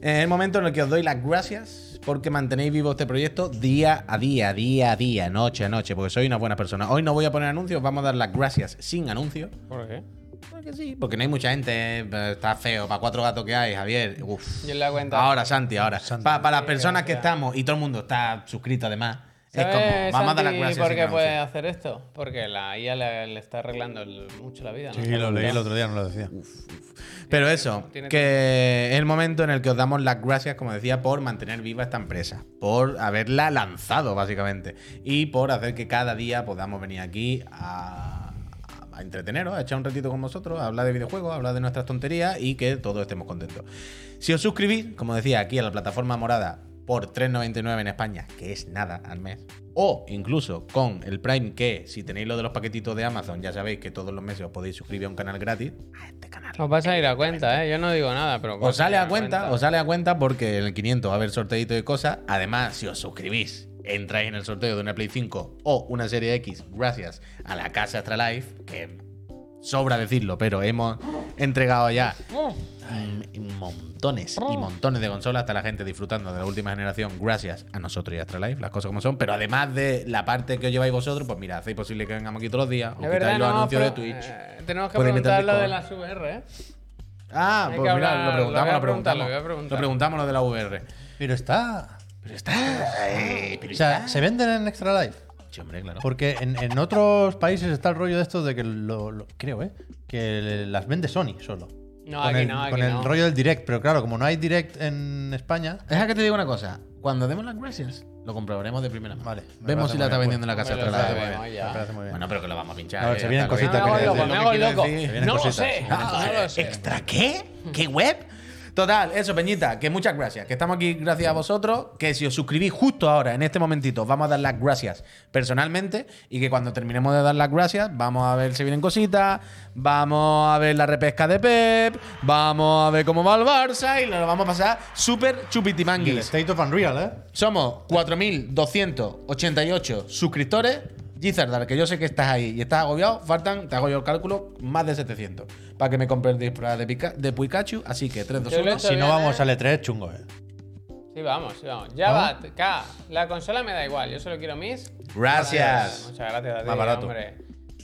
Es el momento en el que os doy las gracias porque mantenéis vivo este proyecto día a día, día a día, noche a noche, porque sois unas buenas personas. Hoy no voy a poner anuncios, vamos a dar las gracias sin anuncios. ¿Por qué? Porque sí, porque no hay mucha gente, eh, está feo, para cuatro gatos que hay, Javier. Uf. Yo le doy cuenta. Ahora, Santi, ahora. Santi. Pa- Para las Sí, personas que gracias. estamos, y todo el mundo está suscrito además, es ¿Sabes, como, vamos a dar las Santi, gracias. por sin qué puede anuncios. hacer esto? Porque la IA le, le está arreglando el- mucho la vida. ¿no? Sí, lo leí el otro día, no lo decía. Pero eso, Tiene que es el momento en el que os damos las gracias, como decía, por mantener viva esta empresa, por haberla lanzado, básicamente, y por hacer que cada día podamos venir aquí a, a entreteneros, a echar un ratito con vosotros, a hablar de videojuegos, a hablar de nuestras tonterías y que todos estemos contentos. Si os suscribís, como decía, aquí a la plataforma morada por 3,99 en España, que es nada al mes, o incluso con el Prime, que si tenéis lo de los paquetitos de Amazon, ya sabéis que todos los meses os podéis suscribir a un canal gratis, a este canal. Os vas a ir a cuenta, ¿eh? Yo no digo nada, pero... Os sale a cuenta, os sale a cuenta porque en el 500 va a haber sorteito de cosas. Además, si os suscribís, entráis en el sorteo de una Play 5 o una Serie X gracias a la casa Astralife, que sobra decirlo, pero hemos entregado ya Uh, mm, montones y montones de consolas. Está la gente disfrutando de la última generación gracias a nosotros y a Astralife, las cosas como son. Pero además de la parte que os lleváis vosotros, pues mira, hacéis posible que vengamos aquí todos los días, os Es quitáis verdad, los no, anuncios de pero, Twitch. eh, tenemos que Podéis preguntar meter lo de Discord. las VR, ¿eh? Ah, Hay pues que mira, hablar, lo lo voy a preguntamos, lo preguntar, preguntamos. lo voy a Lo preguntar. preguntamos lo de la VR. Pero está. Pero está. eh, pero O sea, está. se venden en Extra Life. Sí, hombre, claro. Porque en, en otros países está el rollo de esto de que lo, lo- creo, ¿eh? Que las vende Sony solo. No, con aquí el, no, aquí Con el no. rollo del direct, pero claro, como no hay direct en España, Deja que te diga una cosa. Cuando demos las gracias, lo comprobaremos de primera mano. Vale, me Vemos parece si muy la está bien, vendiendo en la pues. casa Hombre, de lo atrás. sabe, Vale. oye. me parece muy bien. Bueno, pero que lo vamos a pinchar. A ver, eh, se vienen ya está, cositas lo que quería decir. que quiero Ah, Me decir. quiero hago loco. decir, se vienen No lo cositas. sé. Ah, No lo sé. ¿Extra qué? ¿Qué web? Total, eso, Peñita, que muchas gracias, que estamos aquí gracias a vosotros, que si os suscribís justo ahora, en este momentito, vamos a dar las gracias personalmente y que cuando terminemos de dar las gracias, vamos a ver si vienen cositas, vamos a ver la repesca de Pep, vamos a ver cómo va el Barça y nos lo vamos a pasar súper Y el chupitimanguis. State of Unreal, ¿eh? Somos 4.288 suscriptores. Gizardar, que yo sé que estás ahí y estás agobiado, faltan, te hago yo el cálculo, más de 700 para que me compren el disfraz de, Pica- de Pikachu. Así que 3, 2, Yo lo 1. he hecho. Si no bien, vamos ¿eh? al E3, chungo, ¿eh? Sí, vamos, sí, vamos. Ya va, K. La consola me da igual, yo solo quiero mis. Gracias. Muchas gracias a ti, Más barato. hombre.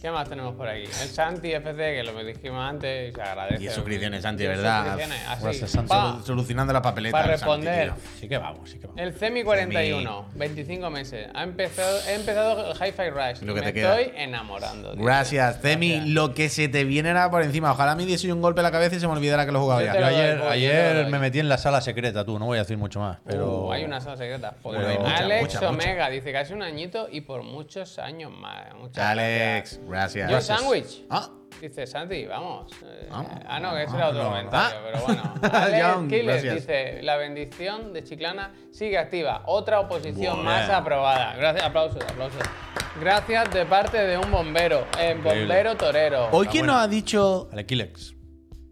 ¿Qué más tenemos por aquí? El Santi FC, que lo dijimos antes y se agradece. Y suscripciones, Santi, Y ¿verdad? suscripciones, así, Gracias, Santi. pa. Solu- Solucionando la papeleta. Para el Santi, responder. tío. Sí que vamos, sí que vamos. El Cemi41, 25 meses. Ha empezado, he empezado el Hi-Fi Rush. Lo que me te queda. estoy enamorando. tío. Gracias, Temi. Gracias. Lo que se te viene era por encima. Ojalá me diese un golpe en la cabeza y se me olvidara que lo jugaba Yo ya. te Yo lo- ayer, doy, yo te lo ayer doy. me metí en la sala secreta, tú, no voy a decir mucho más, pero. Uh, hay una sala secreta. Joder. Pero hay mucha, Alex mucha, mucha. Omega dice que hace un añito y por muchos años más. Muchas Alex, gracias. gracias. Yo sándwich. Ah, Dice Santi, vamos. Eh, Vamos. ah, no, que ese era otro No, no. comentario, Ah. pero bueno. Alex John, Quiles gracias. dice: La bendición de Chiclana sigue activa. Otra oposición Buena. más aprobada. Gracias, aplausos, aplausos. Gracias de parte de un bombero, eh, bombero torero. Hoy quien nos ha dicho Al Equilex.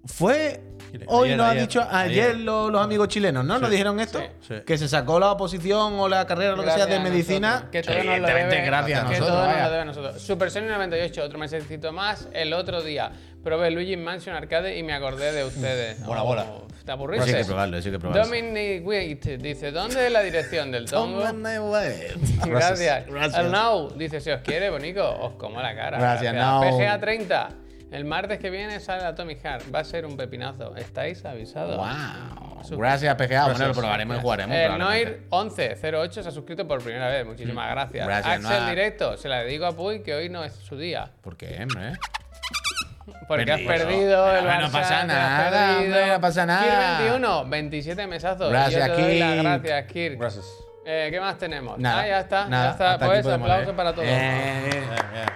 Fue. Ayer, Hoy nos ha ayer, dicho ayer, ayer. lo- los amigos chilenos, ¿no? ¿Nos dijeron esto? Sí. Que se sacó la oposición o la carrera, lo que sea, Gracias de a medicina. nosotros, Que todo nos lo Evidentemente, debe, gracias a que nosotros. todo nos vaya. lo debe a nosotros. Super Sonic 98, otro mesecito más. El otro día probé Luigi Mansion Arcade y me acordé de ustedes. Buena bola. ¿Te Eso aburriste? hay que probarlo, eso hay que probarlo. Dominic Witt dice, ¿dónde es la dirección del tongo? Gracias. Gracias. Gracias. El Now dice, si os quiere, bonico, os como la cara. Gracias, Now. PGA 30. El martes que viene sale Atomic Heart. Va a ser un pepinazo. ¿Estáis avisados? Wow. Gracias, PGA. Bueno, lo probaremos y jugaremos. El probablemente. Mm. Noir1108 se ha suscrito por primera vez. Muchísimas gracias. Gracias, Axel Noir. Directo, se la dedico a Puy, que hoy no es su día. ¿Por qué, hombre? Porque has Bendito. perdido el Pero Barça. no pasa te has nada, perdido. hombre, no pasa nada. Kir 21, 27 mesazos. Gracias, Yo te doy las Kir. gracias, Kir. Gracias. Eh, ¿Qué más tenemos? Nada. ah, ya está. nada, ya está. hasta aquí Pues podemos aplauso leer. para todos. Eh, eh, eh.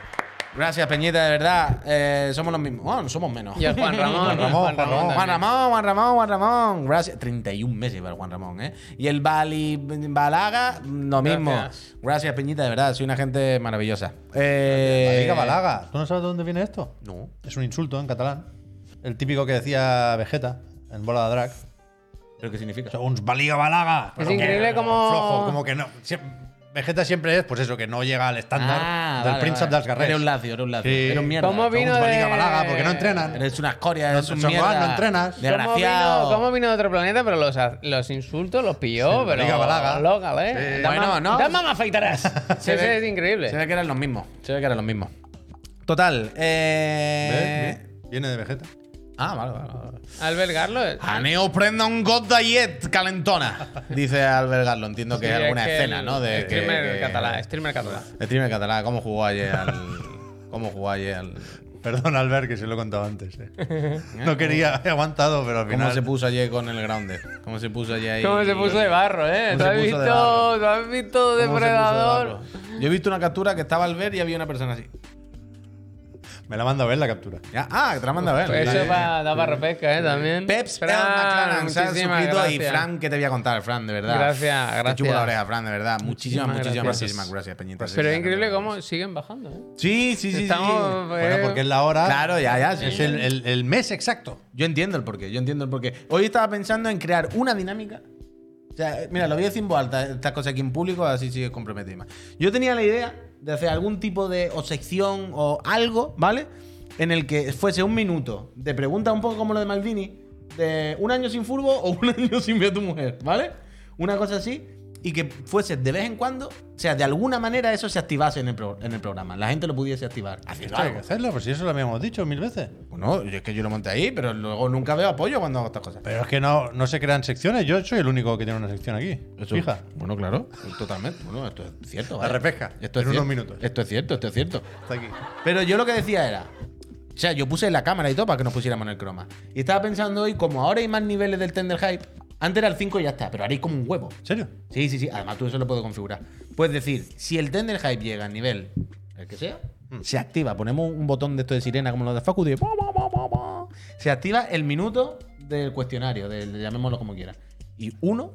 Gracias, Peñita, de verdad. Eh, somos los mismos. Bueno, somos menos. Y el Juan Ramón. Juan Ramón, Juan Ramón. también. Oh, Juan Ramón, Juan Ramón, Juan Ramón. Gracias. 31 meses para el Juan Ramón, ¿eh? Y el Bali Balaga, lo mismo. Gracias, Gracias. Peñita, de verdad. Soy una gente maravillosa. Eh, Balaga, Balaga. ¿Tú no sabes de dónde viene esto? No. Es un insulto en catalán. El típico que decía Vegeta en Bola de Drag. ¿Pero qué significa? O sea, uns Baliga Balaga. increíble como cómo- Flojo, como que no. Sie- Vegeta siempre es, pues eso, que no llega al estándar Ah, del vale, Prince vale. of Dasgarret. Era un lacio, era un lacio. Sí. Era un mierda. ¿Cómo vino Como de- Liga Malaga, porque no entrenan. Eres una escoria, No, eres un son mierda. guas, no entrenas. ¿Cómo vino, Desgraciado. cómo vino de otro planeta? Pero los, los insultos los pilló, pero. Liga Balaga. local, ¿eh? Sí. Da Bueno, mam- ¿no? da mamá afeitarás. Sí, Se sí, ve- es increíble. Se ve que eran los mismos. Se ve que eran los mismos. Total. ¿Ves? Eh... Mira, Viene de Vegeta. Ah, vale, vale. vale. Albert Garlo. Aneo prenda un God Diet calentona. Dice Albert Garlo. Entiendo que Sí, es es alguna que escena, el ¿no? De que- streamer que- catalán, este. streamer catalán. El streamer catalán. ¿Cómo jugó ayer al. ¿Cómo jugó ayer al. Perdón, Albert, que se lo he contado antes. eh. No quería, he aguantado, pero al final. ¿Cómo se puso ayer con el Grounded? ¿Cómo se puso ayer ahí? ¿Cómo se puso de barro, eh? ¿Tú ¿Cómo se has puso visto, de barro? ¿tú has visto ¿Cómo se puso de Depredador? barro? Yo he visto una captura que estaba al ver y había una persona así. Me la manda a ver la captura. Ya, ah, te la manda a ver. Pues eso Dale. va, da barro pesca, eh, también. Peps, Fran, Fran, McLaren, se ha muchísimas suscrito y gracias. Fran, ¿qué te voy a contar, Fran? De verdad. Gracias, gracias. Te chupo la oreja, Fran, de verdad. Muchísimas Muchísimas, muchísimas, gracias. muchísimas gracias, Peñita. Pero es increíble cómo siguen bajando, eh. Sí, sí, sí, sí. Estamos, eh, Bueno, porque es la hora. Claro, ya, ya. sí, Es sí. el, el- el mes exacto. Yo entiendo el porqué, yo entiendo el porqué. Hoy estaba pensando en crear una dinámica. O sea, mira, lo voy a decir en voz alta, estas cosas aquí en público, así sí comprometida más. Yo tenía la idea de hacer algún tipo de o sección o algo, ¿vale? En el que fuese un minuto de pregunta un poco como lo de Maldini, de un año sin furbo o un año sin ver a tu mujer, ¿vale? Una cosa así, y que fuese de vez en cuando, o sea, de alguna manera eso se activase en el, pro- en el programa, la gente lo pudiese activar. Esto hay que hacerlo, pues si eso lo habíamos dicho mil veces. Bueno, es que yo lo monté ahí, pero luego nunca veo apoyo cuando hago estas cosas. Pero es que no, no se crean secciones. Yo soy el único que tiene una sección aquí. Eso- Fija. Bueno, claro, totalmente. Bueno, esto es cierto. La vaya. repesca, Esto en es unos cier- minutos. Esto es cierto, esto es cierto. Está aquí. Pero yo lo que decía era. O sea, yo puse la cámara y todo para que nos pusiéramos en el croma. Y estaba pensando hoy, como ahora hay más niveles del Tender Hype, antes era el 5 y ya está, pero ahora hay como un huevo. ¿En serio? Sí, sí, sí. Además, tú eso lo puedes configurar. Puedes decir, si el Tender Hype llega al nivel, el que sea, Mm. se activa. Ponemos un botón de esto de sirena como los de Facu. de pa, pa, pa, pa, pa. Se activa el minuto del cuestionario, del, llamémoslo como quiera. Y uno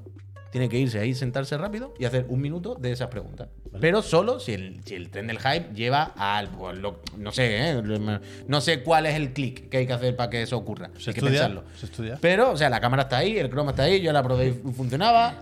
tiene que irse ahí, sentarse rápido y hacer un minuto de esas preguntas. Pero solo si el, si el tren del hype lleva al. pues, lo- no sé, ¿eh? No sé cuál es el clic que hay que hacer para que eso ocurra. Se hay que estudia, pensarlo. se estudia. Pero, o sea, la cámara está ahí, el croma está ahí, yo la probé y fu- funcionaba.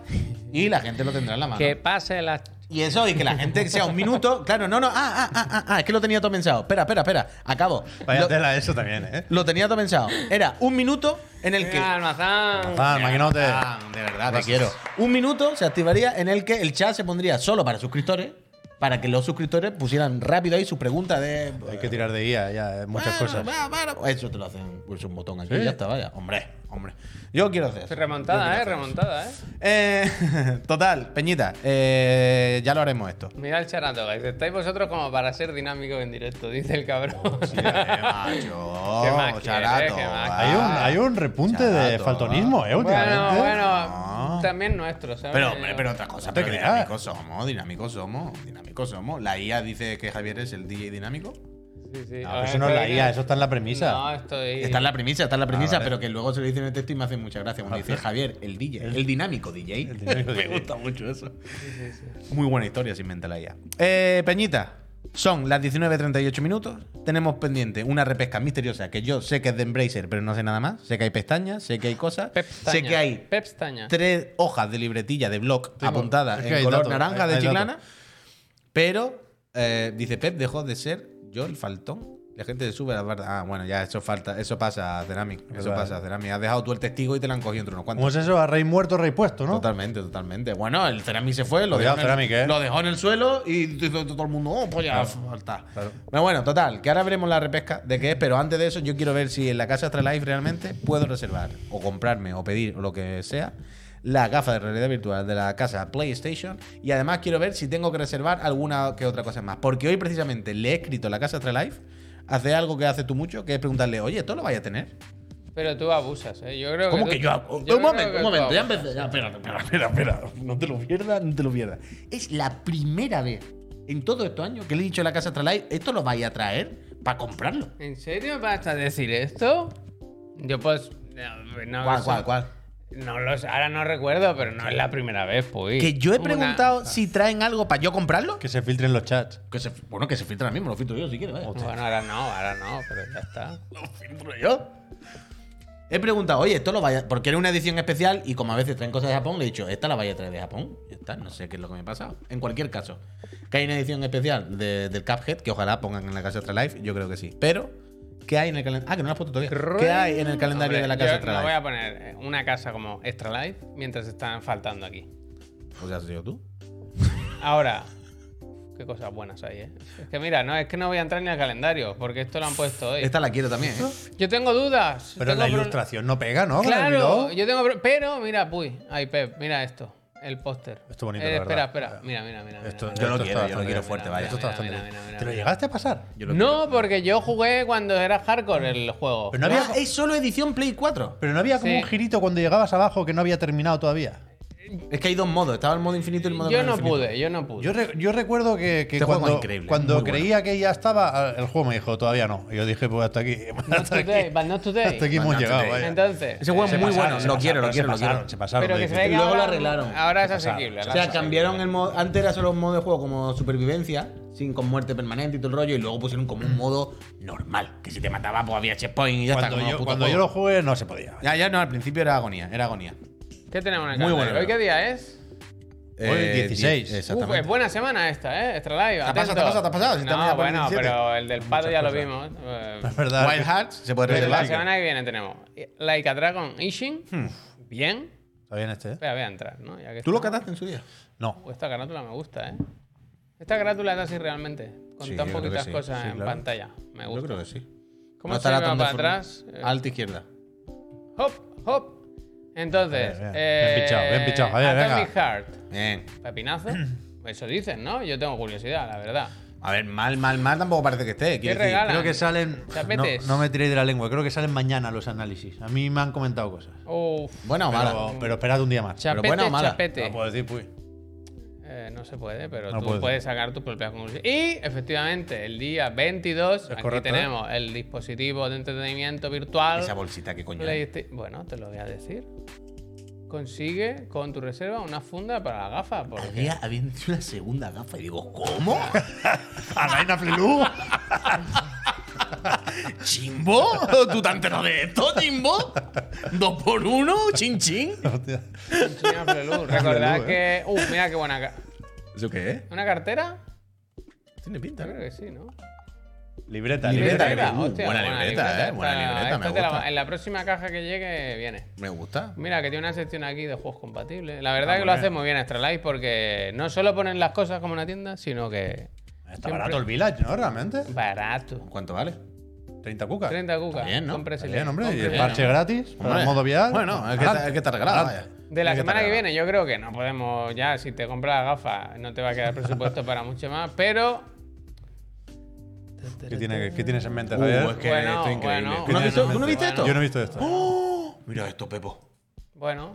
Y la gente lo tendrá en la mano. Que pase la. Y eso, y que la gente sea un minuto. Claro, no, no. Ah, ah, ah, ah, ah, es que lo tenía todo pensado. Espera, espera, espera. Acabo. Vaya Lo, tela eso también, ¿eh? lo tenía todo pensado. Era un minuto en el que. Venga, Almazán. Ah, maquinote. Ah, de verdad, te quiero. Un minuto se activaría en el que el chat se pondría solo para suscriptores. Para que los suscriptores pusieran rápido ahí su pregunta de. Hay que tirar de IA ya, eh, muchas Ah, Bueno, cosas. va, va, Eso te lo hacen. Pulsa un botón aquí Sí. y ya está, vaya. Hombre, hombre. Yo quiero hacer. eso. Yo Remontada, eh, quiero hacer eso. remontada, eh. Eh, total, Peñita, eh, ya lo haremos esto. Mira el charato, guys. Estáis vosotros como para ser dinámicos en directo, dice el cabrón. ¿Qué más macho, quieres? charato. ¿Qué más Hay un, hay un repunte de Chato, faltonismo, ¿eh? bueno, últimamente. bueno, también nuestro, ¿sabes? Ah. Pero, hombre, pero otra cosa, te pero creas. dinámicos somos, dinámicos somos, dinámicos somos. La IA dice que Javier es el DJ dinámico. Sí, sí. No, Ahora pero eso no es la estoy- IA, eso está en la premisa. No, estoy. Está en la premisa, está en la premisa, vale. pero que luego se lo dice en el texto y me hace mucha gracia cuando dice Javier, el DJ, el, dinámico DJ. dinámico me DJ. gusta mucho eso. Muy buena historia se inventa la IA. Eh, Peñita, son las 19.38 minutos. Tenemos pendiente una repesca misteriosa que yo sé que es de Embracer, pero no sé nada más. Sé que hay pestañas, sé que hay cosas. Pepstaña. Sé que hay Pepstaña. tres hojas de libretilla de blog Tengo- apuntadas es que en hay color datos, naranja hay- de hay chiclana. datos. Pero eh, dice Pep, dejó de ser yo el faltón. La gente sube la barra. Ah, bueno, ya eso falta, eso pasa a Ceramic. Eso Verdad. pasa a Ceramic. Has dejado tú el testigo y te la han cogido entre unos ¿Cómo cuantos. es eso? A rey muerto, rey puesto, ¿no? Totalmente, totalmente. Bueno, el Ceramic se fue, lo, Cuidado, dejó, en el, Ceramic, ¿eh? lo dejó en el suelo y hizo todo el mundo, oh, pues ya falta. claro. Pero bueno, total, que ahora veremos la repesca de qué es, pero antes de eso yo quiero ver si en la casa Astralife realmente puedo reservar o comprarme o pedir o lo que sea la gafa de realidad virtual de la casa PlayStation y además quiero ver si tengo que reservar alguna que otra cosa más, porque hoy precisamente le he escrito a la casa Astralife hace algo que hace tú mucho, que es preguntarle, oye, ¿esto lo vaya a tener? Pero tú abusas, ¿eh? Yo creo ¿Cómo que. que tú- yo hago? creo un momento, que un tú momento, ya abusas. empecé. Ya, espera, espera, espera, espera. No te lo pierdas, no te lo pierdas. Es la primera vez en todos estos años que le he dicho a la casa Astralife, esto lo vais a traer para comprarlo. ¿En serio me vas a decir esto? Yo pues. No, no ¿Cuál, sé. cuál, cuál? No lo sé, ahora no recuerdo, pero no es la primera vez, pues. Que yo he Una- preguntado si traen algo para yo comprarlo. Que se filtren los chats. Que se- bueno, que se filtra ahora mismo, lo filtro yo si quieres, vaya. Bueno, ahora no, ahora no, pero ya está. Lo filtro yo. He preguntado, oye, esto lo vaya. Porque era una edición especial y como a veces traen cosas de Japón, le he dicho, esta la vaya a traer de Japón. Ya está, no sé qué es lo que me ha pasado. En cualquier caso, que hay una edición especial de- del Cuphead, que ojalá pongan en la Casa Astralife, yo creo que sí. Pero, ¿qué hay en el calendario? Ah, que no la has puesto todavía. ¿Qué hay en el calendario Hombre, de la yo Casa no voy Astralife? a poner eh, una casa como Extra Life mientras están faltando aquí. Pues ya has sido tú. Ahora, qué cosas buenas hay, ¿eh? Es que mira, no, es que no voy a entrar ni al calendario, porque esto lo han puesto hoy. Esta la quiero también, ¿eh? Yo tengo dudas. Pero tengo la pro- ilustración no pega, ¿no? Con el Claro, blog. yo tengo. pro- Pero, mira, puy. Ay, Pep, mira esto. El póster. Esto bonito, Eh, la Espera, verdad. espera. Mira, mira, mira. Esto- mira, Yo lo esto quiero, está yo lo quiero bastante fuerte, bien. vaya. Esto está Mira, bastante mira, bien. mira, mira, ¿Te lo mira. llegaste a pasar? Yo lo No, porque yo jugué cuando era hardcore el juego. Pero no quiero. había, Ah, es solo edición Play 4. pero no había como Sí. un girito cuando llegabas abajo que no había terminado todavía. Es que hay dos modos. Estaba el modo infinito y el modo Yo no infinito. pude, yo no pude. Yo, re- yo recuerdo que, que Este juego es cuando, increíble, cuando muy bueno. creía que ya estaba, ah, el juego me dijo, todavía no. Y yo dije, pues hasta aquí. Not Hasta today, aquí, but not today. hasta aquí hemos Bastante llegado. bien. vaya. Entonces. Ese juego es eh, muy pasaron, bueno. se Lo pasaron, quiero, lo se quiero, lo pasaron, quiero. Se pasaron. Pero que de se difícil. ve que Luego ahora- lo arreglaron. Ahora es Se pasaron. asequible. O O ahora sea, es cambiaron el modo. Antes era solo un modo de juego como supervivencia, sin con muerte permanente y todo el rollo, y luego pusieron como un modo normal. Que si te mataba, pues había checkpoint y ya Cuando, está. como los yo, putos cuando yo lo juegos. jugué no se podía. Ya, ya no, al principio era agonía, era agonía. asequible. ¿Qué tenemos en el Muy calendario? bueno, ¿Hoy qué bueno. día es? Eh, 16. die- Uf, Exactamente. es buena semana esta, ¿eh? Extra live. ha pasado, atento. te ha pasado, te ha pasado, si estamos no, ya por el bueno, 17. pero el del pato ya lo cosas. vimos. eh, Es verdad. Wild Hearts se puede pero la reservar. semana que viene tenemos Like a Dragon Ishin. Bien. Está bien este, ¿eh? Espera, voy a entrar, ¿no? Ya que Hmm. ¿Tú lo estamos. cataste en su día? No. Uh, Esta carátula me gusta, ¿eh? Esta carátula es así realmente. Con Sí, tan yo creo que poquitas sí. cosas Sí, en claro. pantalla. Me gusta. Yo creo que sí. ¿Cómo No se estará iba tan para deformado. atrás? Eh, Alta izquierda. Hop, hop. Entonces. Bien, bien. Bien eh, pichado, bien pichado, Javier, venga. Atomic Heart. Bien. Pepinazo. Eso dicen, ¿no? Yo tengo curiosidad, la verdad. A ver, mal, mal, mal tampoco parece que esté. ¿Qué Quiero decir, regalan? Creo que salen. No, Tapetes. no me tiréis de la lengua. Creo que salen mañana los análisis. A mí me han comentado cosas. Uf. Buena o mala. Pero, pero esperad un día más. Chapete, buena o mala. Ah, chapete. No puedo decir, pues. Eh, no se puede, pero No tú puede. puedes sacar tus propias conclusiones. Y efectivamente, el día 22, aquí correcto, ¿eh? tenemos el dispositivo de entretenimiento virtual. Esa bolsita, que coño. es? Playsta- Bueno, te lo voy a decir. Consigue con tu reserva una funda para la gafa. Porque... Había, había una segunda gafa y digo, ¿cómo? ¡Alaina Flelu! ¿Chimbo? ¿Tú te enteras de esto, Chimbo? ¿Dos por uno? ¿Chin, chin? Hostia. China Flelu. Recordad ¿eh? Flelu, que. Uh, mira qué buena. ca- ¿Eso qué es? ¿Una cartera? Tiene pinta, Yo creo que sí, ¿no? Libreta, Libreta, libreta. uh, buena libreta, eh, buena libreta, me esta te la- gusta. en la próxima caja que llegue viene. Me gusta. Mira, que tiene una sección aquí de juegos compatibles. La verdad Ah, que muy lo bien. hace muy bien Astralife porque no solo ponen las cosas como una tienda, sino que Está barato el Village, ¿no? Realmente. barato. ¿Cuánto vale? 30 cucas. 30 cucas. Está bien, ¿no? cómprese Está bien, hombre. Y Cómprese. el parche gratis. para el modo vial. Bueno, es que, está, Adelante. es que está regalado. Adelante. vaya. De la Uh, Es semana está que regalado. viene, yo creo que no podemos ya, si te compras la gafa, no te va a quedar presupuesto para mucho más, pero... ¿Qué, tiene- qué tienes en mente, Uh, Javier? es que Bueno, esto es increíble. bueno, ¿Tú no has visto, bueno. tú no viste esto? Yo no he visto esto. ¡Oh! Mira esto, Pepo. Bueno,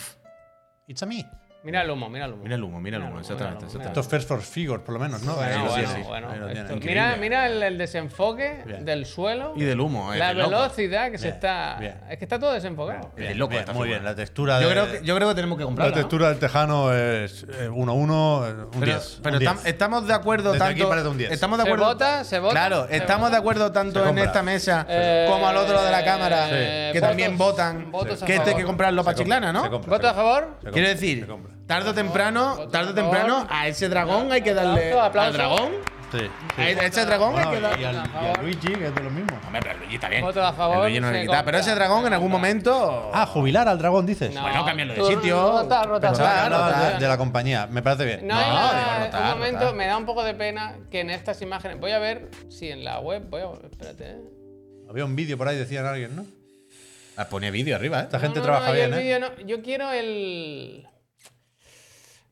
It's a me. mira el humo, mira el humo. Mira el humo, mira el humo, Mira el humo, exactamente. mira el humo, Esto es First for Figure, por lo menos, ¿no? Bueno, Sí, sí, bueno, sí. bueno, Ahí lo esto- tienen, increíble. mira mira el, el desenfoque Bien. del suelo Y del humo, eh, La de loco. velocidad que se Bien, está. bien. Es que está todo desenfocado. Es loco bien, esta muy figura. bien, la textura. Yo de- creo, que, yo creo que tenemos que la comprarla. ¿no? textura del tejano es eh, 1-1, eh, un Pero, 10. pero eh, un estam- 10. estamos de acuerdo Desde aquí tanto. parece un 10. Estamos de Se acuerdo. vota, se vota, Claro, se estamos vota. de acuerdo tanto Se en compra. esta mesa Eh, como al otro lado de la cámara, sí. que Votos- también votan, votos a que este hay favor. que comprarlo para Se compra, Chiclana, se ¿no? compra, ¿Voto se a favor? compra. Quiero Se decir, compra. tarde o temprano, votos tarde o a favor. temprano, a ese dragón hay que darle. Aplauso, aplauso. Al dragón. Sí. sí. A este dragón hay que Bueno, y, darle. al, por y al favor. Luigi, que es de lo mismo. Hombre, pero el Luigi está bien. Votos a favor, El Luigi no le se quita, Pero compra. ese dragón en algún Se compra. momento. Ah, jubilar al dragón, dices. No. Bueno, cámbialo de Tú sitio. rota, rota, Pensaba que Rotar, hablabas de- rotar. de, la compañía. Me parece bien. No, No, hay nada. digo, rotar, un momento, rotar. me da un poco de pena que en estas imágenes. Voy a ver si en la web. Voy a. Espérate, ¿eh? Había un vídeo por ahí, decían alguien, ¿no? Ah, Pone vídeo arriba, Esta ¿eh? gente No, no, trabaja no, yo el bien, ¿eh? vídeo no. Yo quiero el.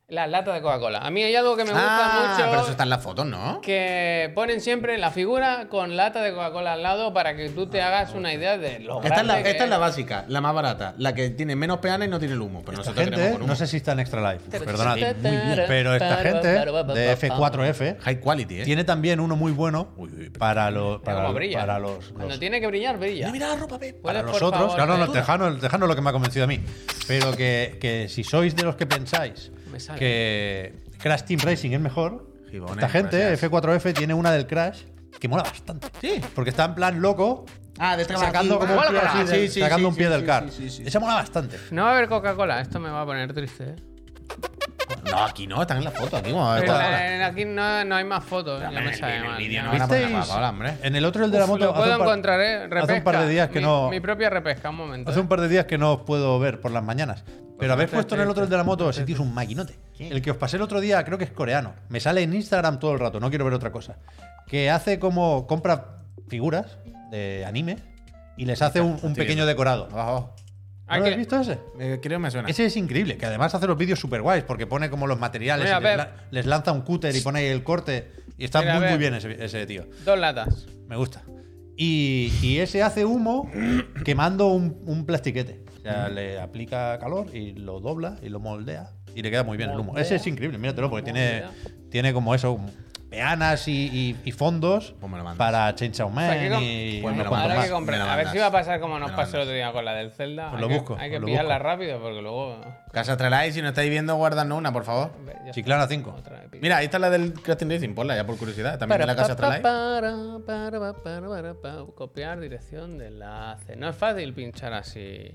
Las latas de Coca-Cola. A mí hay algo que me gusta Ah, mucho. pero eso está en las fotos, ¿no? Que ponen siempre la figura con lata de Coca-Cola al lado para que tú te hagas una idea de lo Esta es, la, grande que esta es la básica, la más barata, la que tiene menos peana y no tiene el humo. Pero Esta nosotros gente, queremos ¿eh? con humo. no sé si está en Extra Life, Pero- perdonad. Muy bien. Pero esta gente de F4F High quality, ¿eh? tiene también uno muy bueno Uy, uy, pero- para los Mira para, cómo brilla. para los, Cuando los- tiene que brillar, brilla. Mira, mira la ropa, Pep. Puedes, para los por otros. favor, Claro, no, el Pep? tejano, el tejano es lo que me ha convencido a mí. Pero que, que si sois de los que pensáis Me sale. que Crash Team Racing es mejor, Gibone, esta gente, gracias. F4F, tiene una del Crash que mola bastante. Sí. Porque está en plan loco Ah, de esta Sacando como un pie, guácala. así del- Sí, sí, sacando sí, un pie sí, del sí, car. sí, sí, sí. Esa mola bastante. No va a haber Coca-Cola, esto me va a poner triste. ¿eh? No, aquí no, están en la foto, aquí. vamos a ver Pero cuál- eh, aquí no, no hay más fotos en la Hombre, mesa en de el mano. vídeo no Uf, van a poner ¿Visteis? nada, Paola, hombre. En el otro, el de la moto. Lo hace puedo un par- encontrar, ¿eh? Hace un par Repesca. de días que Mi- no. Mi propia repesca, un momento. Hace ¿eh? un par de días que no os puedo ver por las mañanas. Pues Pero habéis puesto en el otro el de la moto, ese tío es un maquinote. El que os pasé el otro día creo que es coreano. Me sale en Instagram todo el rato, no quiero ver otra cosa. Que hace como. compra figuras de anime y les hace un, un pequeño decorado. Abajo, abajo. ¿No Ah, lo que- habéis visto ese? Eh, creo que me suena. Ese es increíble, que además hace los vídeos súper guays porque pone como los materiales, Mira, y les, Pep. la- les lanza un cúter y pone ahí el corte. Y está Mira, muy, muy Pep. bien ese, ese tío. Dos latas. Me gusta. Y, y ese hace humo quemando un, un plastiquete. O sea, le aplica calor y lo dobla y lo moldea. Y le queda muy bien el humo. Ese es increíble, míratelo, porque tiene, tiene como eso, peanas y, y- y fondos Pues me lo mandas. para Chainsaw O sea, que Man com- y Pues me unos lo cuantos Ahora más. que comprar. Me la A ver mandas. si va a pasar como Me nos la pasó el mandas. otro día con la del Zelda. Os Hay lo que- busco, Hay os que lo pillarla busco. rápido porque luego. Casa Trelay, si no estáis viendo, guardadnos una, por favor. Ve, ya está. Chiclana 5. Otra vez. Mira, ahí está la del Crafting Racing, ponla ya por curiosidad. También de la casa Para, Trelay. para, para, para, para, para, para. Copiar dirección de enlace. No es fácil pinchar así.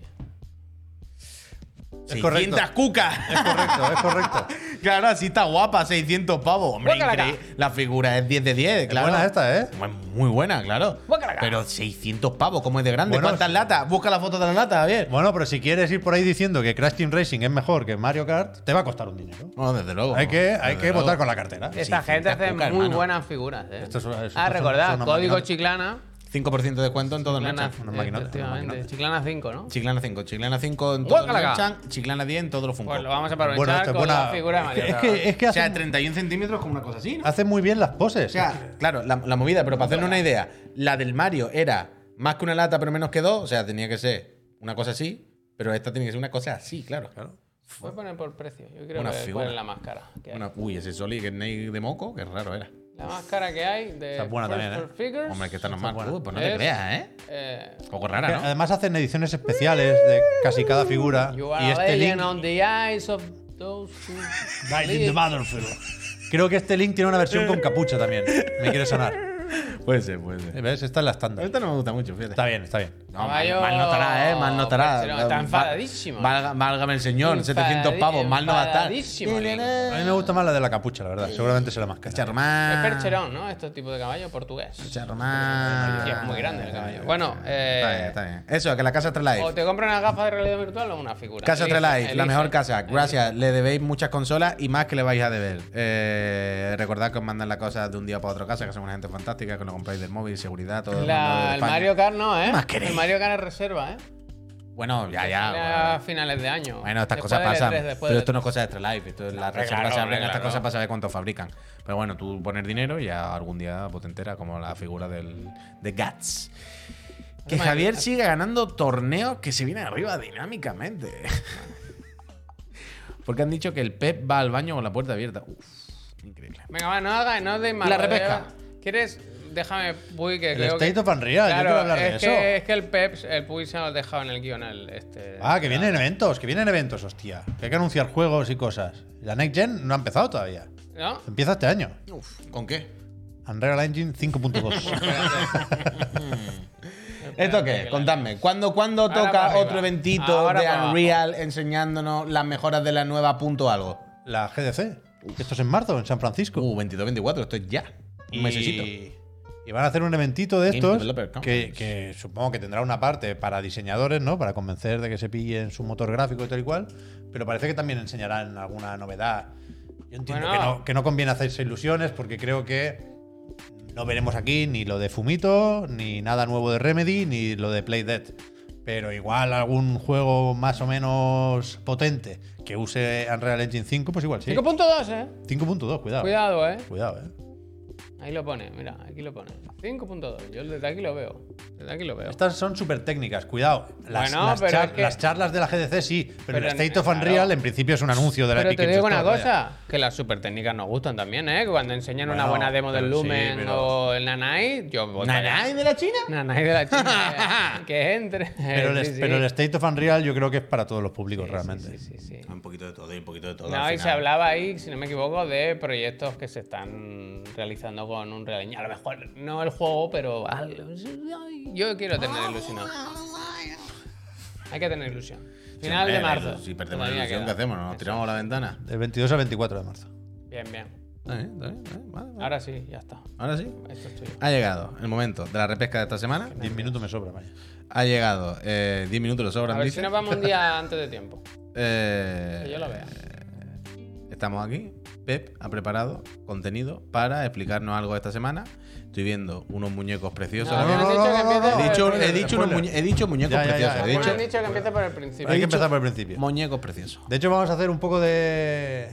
Es correcto. 600 cucas. Es correcto, es correcto. Claro, así está guapa, 600 pavos. Hombre, Guácala acá. increíble. La figura es 10 de 10, claro. buena esta, ¿eh? Muy- Muy buena, claro. Guácala acá. Pero 600 pavos, ¿cómo es de grande? Bueno, ¿Cuántas sí. latas? Busca la foto de la lata, Javier. Bueno, pero si quieres ir por ahí diciendo que Crash Team Racing es mejor que Mario Kart, te va a costar un dinero. Bueno, desde luego. Hay que, Desde hay que luego. votar con la cartera. Esta sí, gente está hace cuca, muy hermano. buenas figuras, eh. Esto es- esto ah, son- recordad, son una código maquinota. chiclana. 5% de descuento en todo el Chiclana, merchan. una maquinota, una efectivamente. maquinota. Chiclana 5, ¿no? Chiclana 5, Chiclana 5 en todo el Guácala acá. merchan, Chiclana 10 en todo los Funko. Pues lo vamos a Bueno, aprovechar esto es con buena- la figura de Mario Es Kart. que, es que o sea, hacen, 31 centímetros como una cosa así, ¿no? hacen muy bien las poses. O sea, claro, la, la movida, pero para hacernos una idea, la del Mario era más que una lata, pero menos que dos. O sea, tenía que ser una cosa así, pero esta tiene que ser una cosa así, claro. Voy a poner por precio. Yo creo Una que figura. cuál es la más cara. que hay. Una- uy, ese Soli que es Ney de moco, que raro era. La más cara que hay de Esa es buena también, First ¿eh? Figures. Hombre, que esta no es más. buena. Uy, pues no te Es- creas, ¿eh? eh, Un poco Que rara, ¿no? Además hacen ediciones especiales de casi cada figura. you are Y a este legend link, on the eyes of those who live. creo que este link tiene una versión con capucha también. Me quiere sonar. Puede ser, puede ser. ¿Ves? Esta es la estándar. Esta no me gusta mucho, fíjate. Está bien, está bien. No, mal, Caballo, mal no estará, ¿eh? Mal no estará. Barcelona, está Va- enfadadísimo. Valga- válgame el señor, 700 Enfadadi- pavos, mal no va a estar. enfadadísimo, Lin. A mí me gusta más la de la capucha, la verdad. Seguramente será más cara. Es Charmán. percherón, ¿no? Este tipo de caballo portugués. Charmán. Y es muy grande el caballo. Bueno, eh, Está bien, está bien. Eso, que la casa o Trelife. te compras una gafa de realidad virtual o una figura. Casa Elige, Trelife, la elige. mejor casa. Gracias. Le debéis muchas consolas y más que le vais a deber. Eh, recordad que os mandan las cosas de un día para otro casa, que son una gente fantástica, que lo compráis del móvil, seguridad, todo. La- el Mario Kart no, ¿eh? Más queréis. el Mario Kart es reserva, ¿eh? Bueno, ya, Sale ya. a finales de año. Bueno, estas Después cosas del pasan. E3, después Pero del esto no es cosa de Extra Life. Esto es la reserva claro, se abren hombre, estas claro. cosas para saber cuánto fabrican. Pero bueno, tú poner dinero y ya algún día pues, te enteras, como la figura del, de Guts. Que Madre Javier mía. siga ganando torneos que se vienen arriba dinámicamente. Porque han dicho que el Pep va al baño con la puerta abierta. Uf, increíble. Venga, va, no hagas, no deis más. La rodeos. repesca. ¿Quieres? Déjame, Puy, que El creo que. State of Unreal, yo quiero hablar de es eso. que, es que el Peps, el Puy se lo ha dejado en el guion el, este. Ah, que vienen eventos, que vienen eventos, hostia. Que hay que anunciar juegos y cosas. La Next Gen no ha empezado todavía. ¿No? Empieza este año. Uf, ¿con qué? Unreal Engine 5.2. ¿Esto qué? Contadme. ¿Cuándo, cuándo Ahora para toca arriba. otro eventito Ahora de para abajo. Unreal enseñándonos las mejoras de la nueva punto algo? la GDC. que Esto es en marzo, en San Francisco. Uh, 22-24, esto es ya. Un mesecito. Y van a hacer un eventito de Game estos Developer que, Conference. que supongo que tendrá una parte para diseñadores, ¿no? Para convencer de que se pillen su motor gráfico y tal y cual. Pero parece que también enseñarán alguna novedad. Yo entiendo Bueno. que, no, que no conviene hacerse ilusiones porque creo que no veremos aquí ni lo de Fumito, ni nada nuevo de Remedy, ni lo de Play Dead. Pero igual algún juego más o menos potente que use Unreal Engine 5, pues igual sí. 5.2, ¿eh? 5.2, cuidado. eh. Cuidado, ¿eh? Cuidado, eh. Ahí lo pone, mira, aquí lo pone. 5.2. Yo desde aquí lo veo. Desde aquí lo veo. Estas son súper técnicas, cuidado. Las, Bueno, las pero char- es que- las charlas de la GDC sí, pero, el Pero en- State of claro. Unreal en principio es un anuncio de la Pero Epic te digo Games una Store, vaya. cosa, que las super técnicas nos gustan también, ¿eh? Que cuando enseñan una Bueno, buena demo del pero sí, Lumen pero- o el Nanai, yo votaría- ¿Nanay de la China? Nanai de la China. eh, que entre. Pero el, Sí, sí. pero el State of Unreal yo creo que es para todos los públicos realmente. Sí, sí, sí. Un poquito de todo y un poquito de todo. No, y se hablaba ahí, si no me equivoco, de proyectos que se están realizando con un real. A lo mejor no el juego, pero algo. Ay, yo quiero tener ilusionado. Hay que tener ilusión. Final Hombre, de la marzo. ilu- Si perdemos la Todavía ilusión, queda. ¿qué hacemos? ¿No? ¿Nos tiramos a la ventana? Del 22 al 24 de marzo. Bien, bien. Está bien, está bien, está bien, vale, vale. Ahora sí, ya está. Ahora sí. Esto es tuyo. Ha llegado el momento de la repesca de esta semana. 10 minutos me sobra, vaya. Ha llegado eh, 10 minutos de A sobran, ver dice. si nos vamos un día antes de tiempo. Eh, Que yo lo vea. Estamos aquí. Pep ha preparado contenido para explicarnos algo esta semana. Estoy viendo unos muñecos preciosos. No, ahora me han mismo. no, dicho no, que no, no, empiece por he, el principio. dicho, he, dicho unos muñe- he dicho muñecos Ya, ya, ya, preciosos. he spoiler. Me han dicho dicho que empiece por el principio. Hay que dicho- empezar por el principio. muñecos preciosos. De hecho, vamos a hacer un poco de.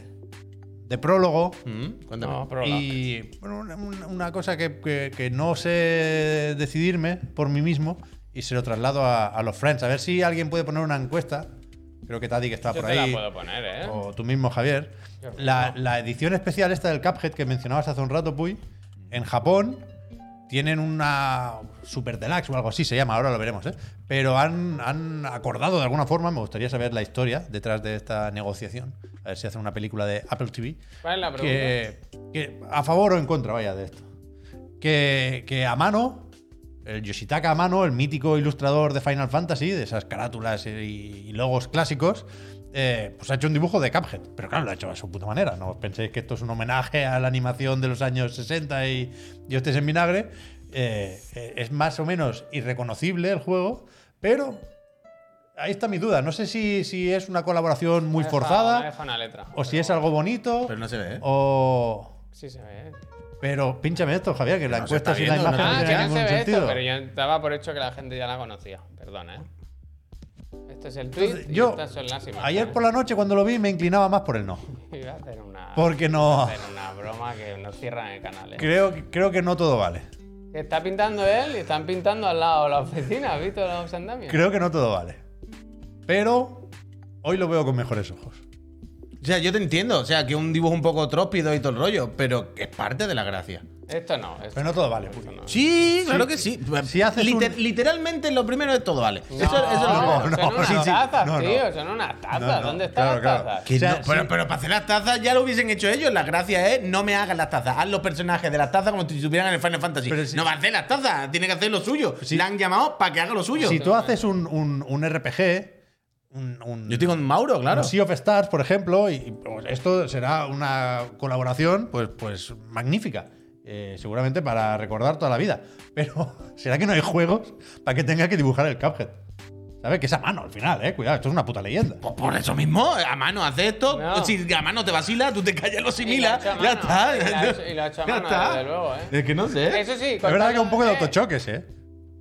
de prólogo. Mm, Cuéntame. No, pero Y bueno, una, una- una cosa que, que- que no sé decidirme por mí mismo y se lo traslado a, a los friends. A ver si alguien puede poner una encuesta. Creo que Tadi que está yo por te la ahí. Oh. puedo poner, ¿eh? O tú mismo, Javier. Yo La, la edición especial esta del Cuphead que mencionabas hace un rato, Puy, en Japón tienen una Super Deluxe o algo así se llama, ahora lo veremos, ¿eh? Pero han, han acordado de alguna forma, me gustaría saber la historia detrás de esta negociación, a ver si hacen una película de Apple TV, ¿Cuál es la pregunta? que, que a favor o en contra, vaya, de esto. Que, que Amano, el Yoshitaka Amano, el mítico ilustrador de Final Fantasy, de esas carátulas y, y logos clásicos, eh, pues ha hecho un dibujo de Cuphead. Pero claro, lo ha hecho a su puta manera. No os penséis que esto es un homenaje a la animación de los años 60 y, y hostias en vinagre. Eh, eh, es más o menos irreconocible el juego, pero ahí está mi duda. No sé si, si es una colaboración muy Me ha dejado- forzada. me ha dejado una letra. O si Pero es algo bonito. Pero no se ve, ¿eh? O. Sí se ve. Pero pinchame esto, Javier, que la no se encuesta está sin la viendo, imagen no, Ah, que tiene no se ningún ve sentido. esto, pero yo estaba por hecho que la gente ya la conocía. Perdona, ¿eh? Este es el tweet y yo- estas son las imágenes. Ayer por la noche, cuando lo vi, me inclinaba más por el no. Iba a hacer una, Porque no. iba Ah. a hacer una broma que nos cierran el canal, ¿eh? Creo, creo que no todo vale. Está pintando él y están pintando al lado la oficina. ¿Has visto los andamios? Creo que no todo vale. Pero hoy lo veo con mejores ojos. O sea, yo te entiendo. O sea, que un dibujo un poco trópido y todo el rollo, pero que es parte de la gracia. Esto no. esto Pero no todo vale. esto Puy. no. Sí, claro que sí. Si haces Liter- un- Literalmente lo primero es todo, vale. No, Eso, eso es lo primero. no, son unas sí, sí, tazas, no, no. tío. Son unas tazas. No, no, ¿Dónde están claro, las claro. tazas? Que O sea, no- pero, sí. pero para hacer las tazas ya lo hubiesen hecho ellos. La gracia es no me hagan las tazas. Haz los personajes de las tazas como si estuvieran en el Final Fantasy. Pero sí. No va a hacer las tazas, tiene que hacer lo suyo. Sí. La han llamado para que haga lo suyo. Si tú haces un, un- un RPG, un, un- Yo estoy con Mauro, claro. un Sea of Stars, por ejemplo, y, y, pues, esto será una colaboración pues, pues magnífica. eh, seguramente para recordar toda la vida. Pero ¿será que no hay juegos para que tenga que dibujar el Cuphead? ¿Sabes? Que es a mano al final, eh. Cuidado, esto es una puta leyenda. Pues por eso mismo, a mano hace esto. No. Si a mano te vacila, tú te callas, lo Y lo ha asimilas. hecho a Ya mano, está. Y lo ha hecho- y lo ha hecho a Ya mano, está. desde luego, ¿eh? Es que no sé. Eso sí. Es verdad que cortando- un poco de eh, autochoques, eh.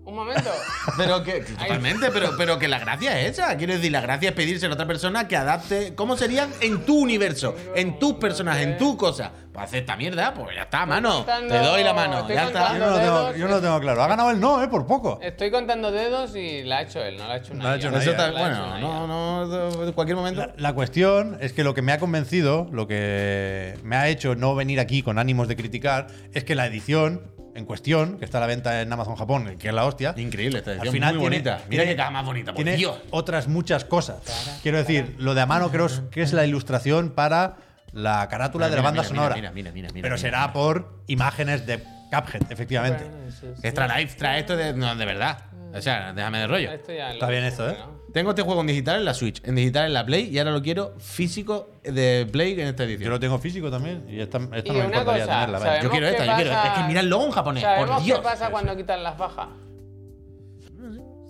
Un momento. Pero que, totalmente, pero, pero que la gracia es esa. Quiero decir, la gracia es pedirse a la otra persona que adapte cómo serían en tu universo, en tus personajes, en tu cosa. Pues hace esta mierda, pues ya está, mano. Contando- Te doy la mano, estoy ya Yo contando. está. no, lo tengo, dedos, yo no lo tengo claro. Ha ganado el no, eh, por poco. Estoy contando dedos y la ha hecho él, no la ha hecho No nadie. la ha hecho No nadie. Eso la ha está, hecho bueno, nadie. no, no, en cualquier momento. La, la cuestión es que lo que me ha convencido, lo que me ha hecho no venir aquí con ánimos de criticar, es que la edición en cuestión, que está a la venta en Amazon Japón, que es la hostia, Increíble esta al edición, final muy tiene- bonita. Mira tiene- qué caja más bonita, pues, por tiene Dios. otras muchas cosas. Quiero decir, lo de a mano creo es- que es la ilustración para la carátula Mira, de la mira, banda mira, sonora. mira, mira, mira, mira, pero mira, será mira. por imágenes de Cuphead, efectivamente. Bueno, sí, sí. Extra Life trae esto de, no, de verdad. O sea, déjame de rollo. Esto ya Está lo- bien esto, ¿eh? ¿no? Tengo este juego en digital en la Switch, en digital en la Play y ahora lo quiero físico de Play en esta edición. Yo lo tengo físico también y esta, esta Y no me una importaría cosa, tenerla. vaya. ¿sabes? Yo quiero Sabemos esta, qué yo quiero esta. Es pasa- que mira el logo en japonés, por Sabemos Dios. qué pasa cuando quitan las bajas.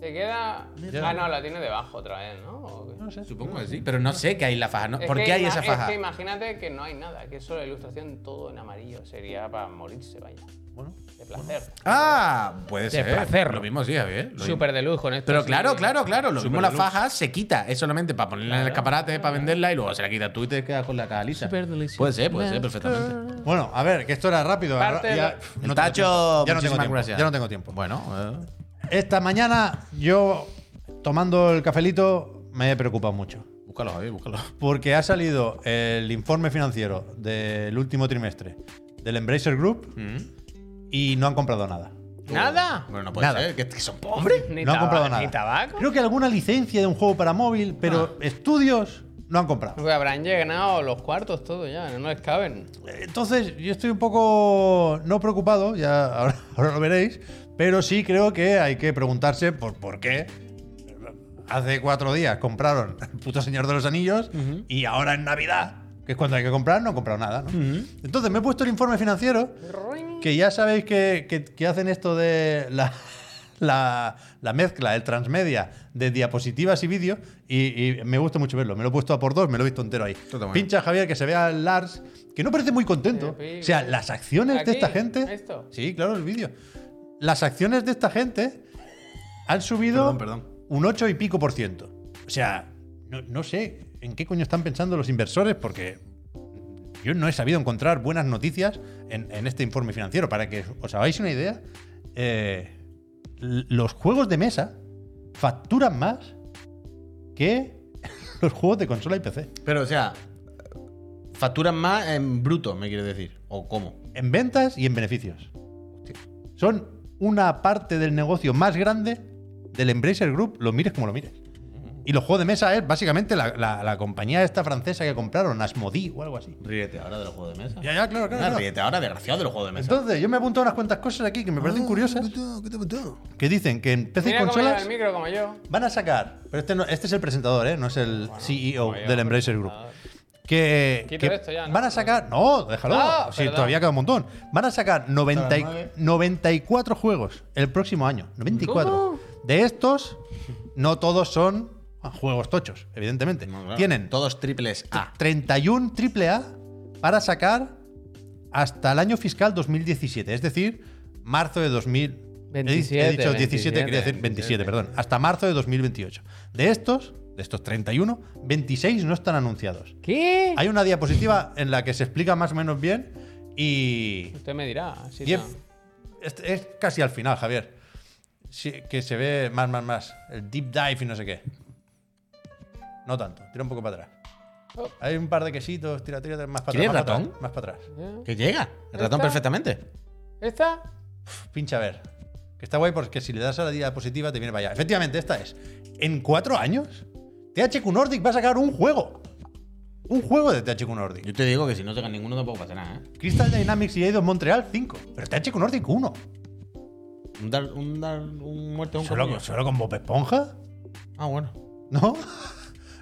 Se queda. Ah, no, la tiene debajo otra vez, ¿no? ¿O qué? Supongo que sí, pero no sé que hay la faja. ¿no? Es ¿Por que qué hay ima- esa Es faja? que imagínate que no hay nada, que es solo ilustración todo en amarillo. Sería para morirse, vaya. Bueno, De placer. Ah, puede ser. placer. Lo mismo sí, Javier. lo mismo. Súper de luz con esto. Pero sí. claro, claro, claro. Lo mismo la deluxe. faja se quita. Es solamente para ponerla en el escaparate, para venderla y luego se la quita tú y te quedas con la caja lisa. Súper delicioso. Puede ser, puede ser, perfectamente. Bueno, a ver, que esto era rápido. ahora Parte de- ya, pff, no tengo Tacho, tiempo. ya no tengo muchísimas tiempo. gracias. Ya no tengo tiempo. Bueno, eh, Esta mañana yo, tomando el cafelito, me he preocupado mucho. búscalo, Javier, búscalo. Porque ha salido el informe financiero del último trimestre del Embracer Group y no han comprado nada. ¿Nada? Bueno, no puede Nada. ser, que, que son pobres. Ni no han taba- comprado nada. Ni tabaco. Ah. Creo que alguna licencia de un juego para móvil, pero estudios no han comprado. Porque habrán llegado los cuartos todo ya, no les caben. Entonces, yo estoy un poco no preocupado, ya ahora, ahora lo veréis, Pero sí creo que hay que preguntarse por, por qué hace cuatro días compraron el puto Señor de los Anillos y ahora en Navidad, que es cuando hay que comprar, no han comprado nada. ¿no? Entonces me he puesto el informe financiero, que ya sabéis que, que- que hacen esto de la, la, la mezcla, el transmedia de diapositivas y vídeo, y, y me gusta mucho verlo. Me lo he puesto a por dos, me lo he visto entero ahí. Totalmente. Pincha Javier, que se vea el Lars, que no parece muy contento. Pepe. O sea, las acciones de esta Aquí, gente... esto. Sí, claro, el vídeo. Las acciones de esta gente han subido Perdón, perdón. un 8 y pico por ciento. O sea, no, no sé en qué coño están pensando los inversores porque yo no he sabido encontrar buenas noticias en, en este informe financiero. Para que os hagáis una idea, eh, l- los juegos de mesa facturan más que los juegos de consola y PC. Pero, o sea, facturan más en bruto, me quieres decir. ¿O cómo? en ventas y en beneficios. Son una parte del negocio más grande del Embracer Group, lo mires como lo mires. Y los juegos de mesa es básicamente la, la- la compañía esta francesa que compraron, Asmodi o algo así. Ríete ahora de los juegos de mesa. Ya, ya, claro, claro. Ah, claro. Ríete ahora, desgraciado, de los juegos de mesa. Entonces, yo me he apuntado unas cuantas cosas aquí que me parecen curiosas. Que dicen que en PC y Mira cómo lleva consolas el micro como yo. van a sacar. Pero este, no- este es el presentador, ¿eh? No es el CEO vaya, Ah. del Embracer Group. presentador. Que, Quito que esto ya, ¿no? van a sacar. No, déjalo. No, sí, perdón. todavía queda un montón. Van a sacar 90 y- Hasta las nueve. 94 juegos el próximo año. 94. ¿Cómo? De estos, no todos son juegos tochos, evidentemente. No, claro. Tienen Todos triples A. 31 AAA para sacar hasta el año fiscal 2017, es decir, marzo de 2000. he di- he 27, dicho 17, quería decir 27, 27, perdón. Hasta marzo de 2028. De estos, de estos 31, 26 no están anunciados. ¿Qué? Hay una diapositiva en la que se explica más o menos bien y Usted me dirá. sí, diez- no. es, es casi al final, Javier. Sí, que se ve más, más, más. El deep dive y no sé qué. No tanto. Tira un poco para atrás. Oh. Hay un par de quesitos. Tira, tira, tira, más para ¿Quieres atrás. Más para ratón? atrás, Más para atrás. ¿Ya? Que llega. El ratón ¿Esta? perfectamente. ¿Esta? Pincha a ver. Que está guay porque si le das a la diapositiva te viene para allá. Efectivamente, esta es. En cuatro años, THQ Nordic va a sacar un juego. Un juego de THQ Nordic. Yo te digo que si no sacan ninguno tampoco pasa nada, ¿eh? Crystal Dynamics y Eidos Montreal 5. Pero THQ Nordic 1. Un, dar, un, dar, un muerto es un ¿Solo, comido. solo con Bob Esponja? Ah, bueno. ¿No?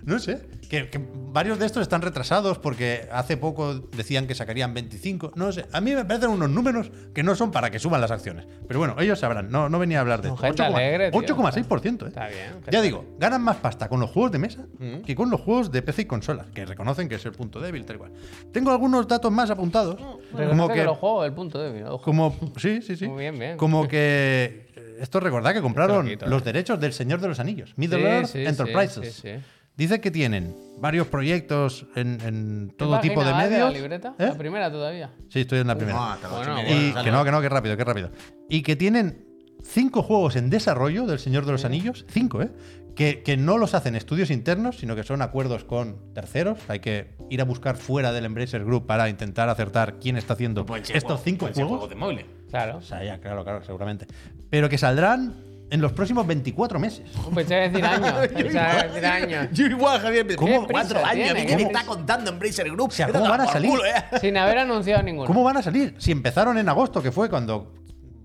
No sé. Que, que varios de estos están retrasados porque hace poco decían que sacarían 25. No sé. A mí me parecen unos números que no son para que suban las acciones. Pero bueno, ellos sabrán. No, no venía a hablar de Son esto. gente alegre, tío. 8,6%. ¿eh? Está bien. Mm. Ya digo, ganan más pasta con los juegos de mesa que con los juegos de PC y consolas, que reconocen que es el punto débil, tal y cual. Tengo algunos datos más apuntados. Reconoce Mm. que, los juegos, el punto de ojo. Como, sí, sí, sí. Muy bien, bien. Como que. eh, Esto recordad que compraron Esto lo quito, los eh. derechos del Señor de los Anillos, Middle Sí, Earth sí, sí, Enterprises. sí, sí. Dice que tienen varios proyectos en, en todo ¿Qué tipo de página va la medios. libreta? ¿Eh? La primera todavía. Sí, estoy en la primera. No, hasta las ocho y Bueno, media y Ah, sale. que no, que no, que rápido, que rápido. Y que tienen cinco juegos en desarrollo del Señor de los Anillos, cinco, ¿eh? Que, que no los hacen estudios internos, sino que son acuerdos con terceros. Hay que ir a buscar fuera del Embracer Group para intentar acertar quién está haciendo Pues, estos cinco juegos. de móviles. Claro. O sea, ya, claro, claro, seguramente. Pero que saldrán en los próximos 24 meses. Pensé que decir años. Pensé que decir años. pues, Yo igual, Javier. pero- ¿Cómo? ¿Qué Cuatro prisa años. tiene? ¿Qué me ¿Cómo? está contando Embracer Group? O sea, ¿cómo van a salir? ¿eh? Sin haber anunciado ninguno. ¿Cómo van a salir? Si empezaron en agosto, que fue cuando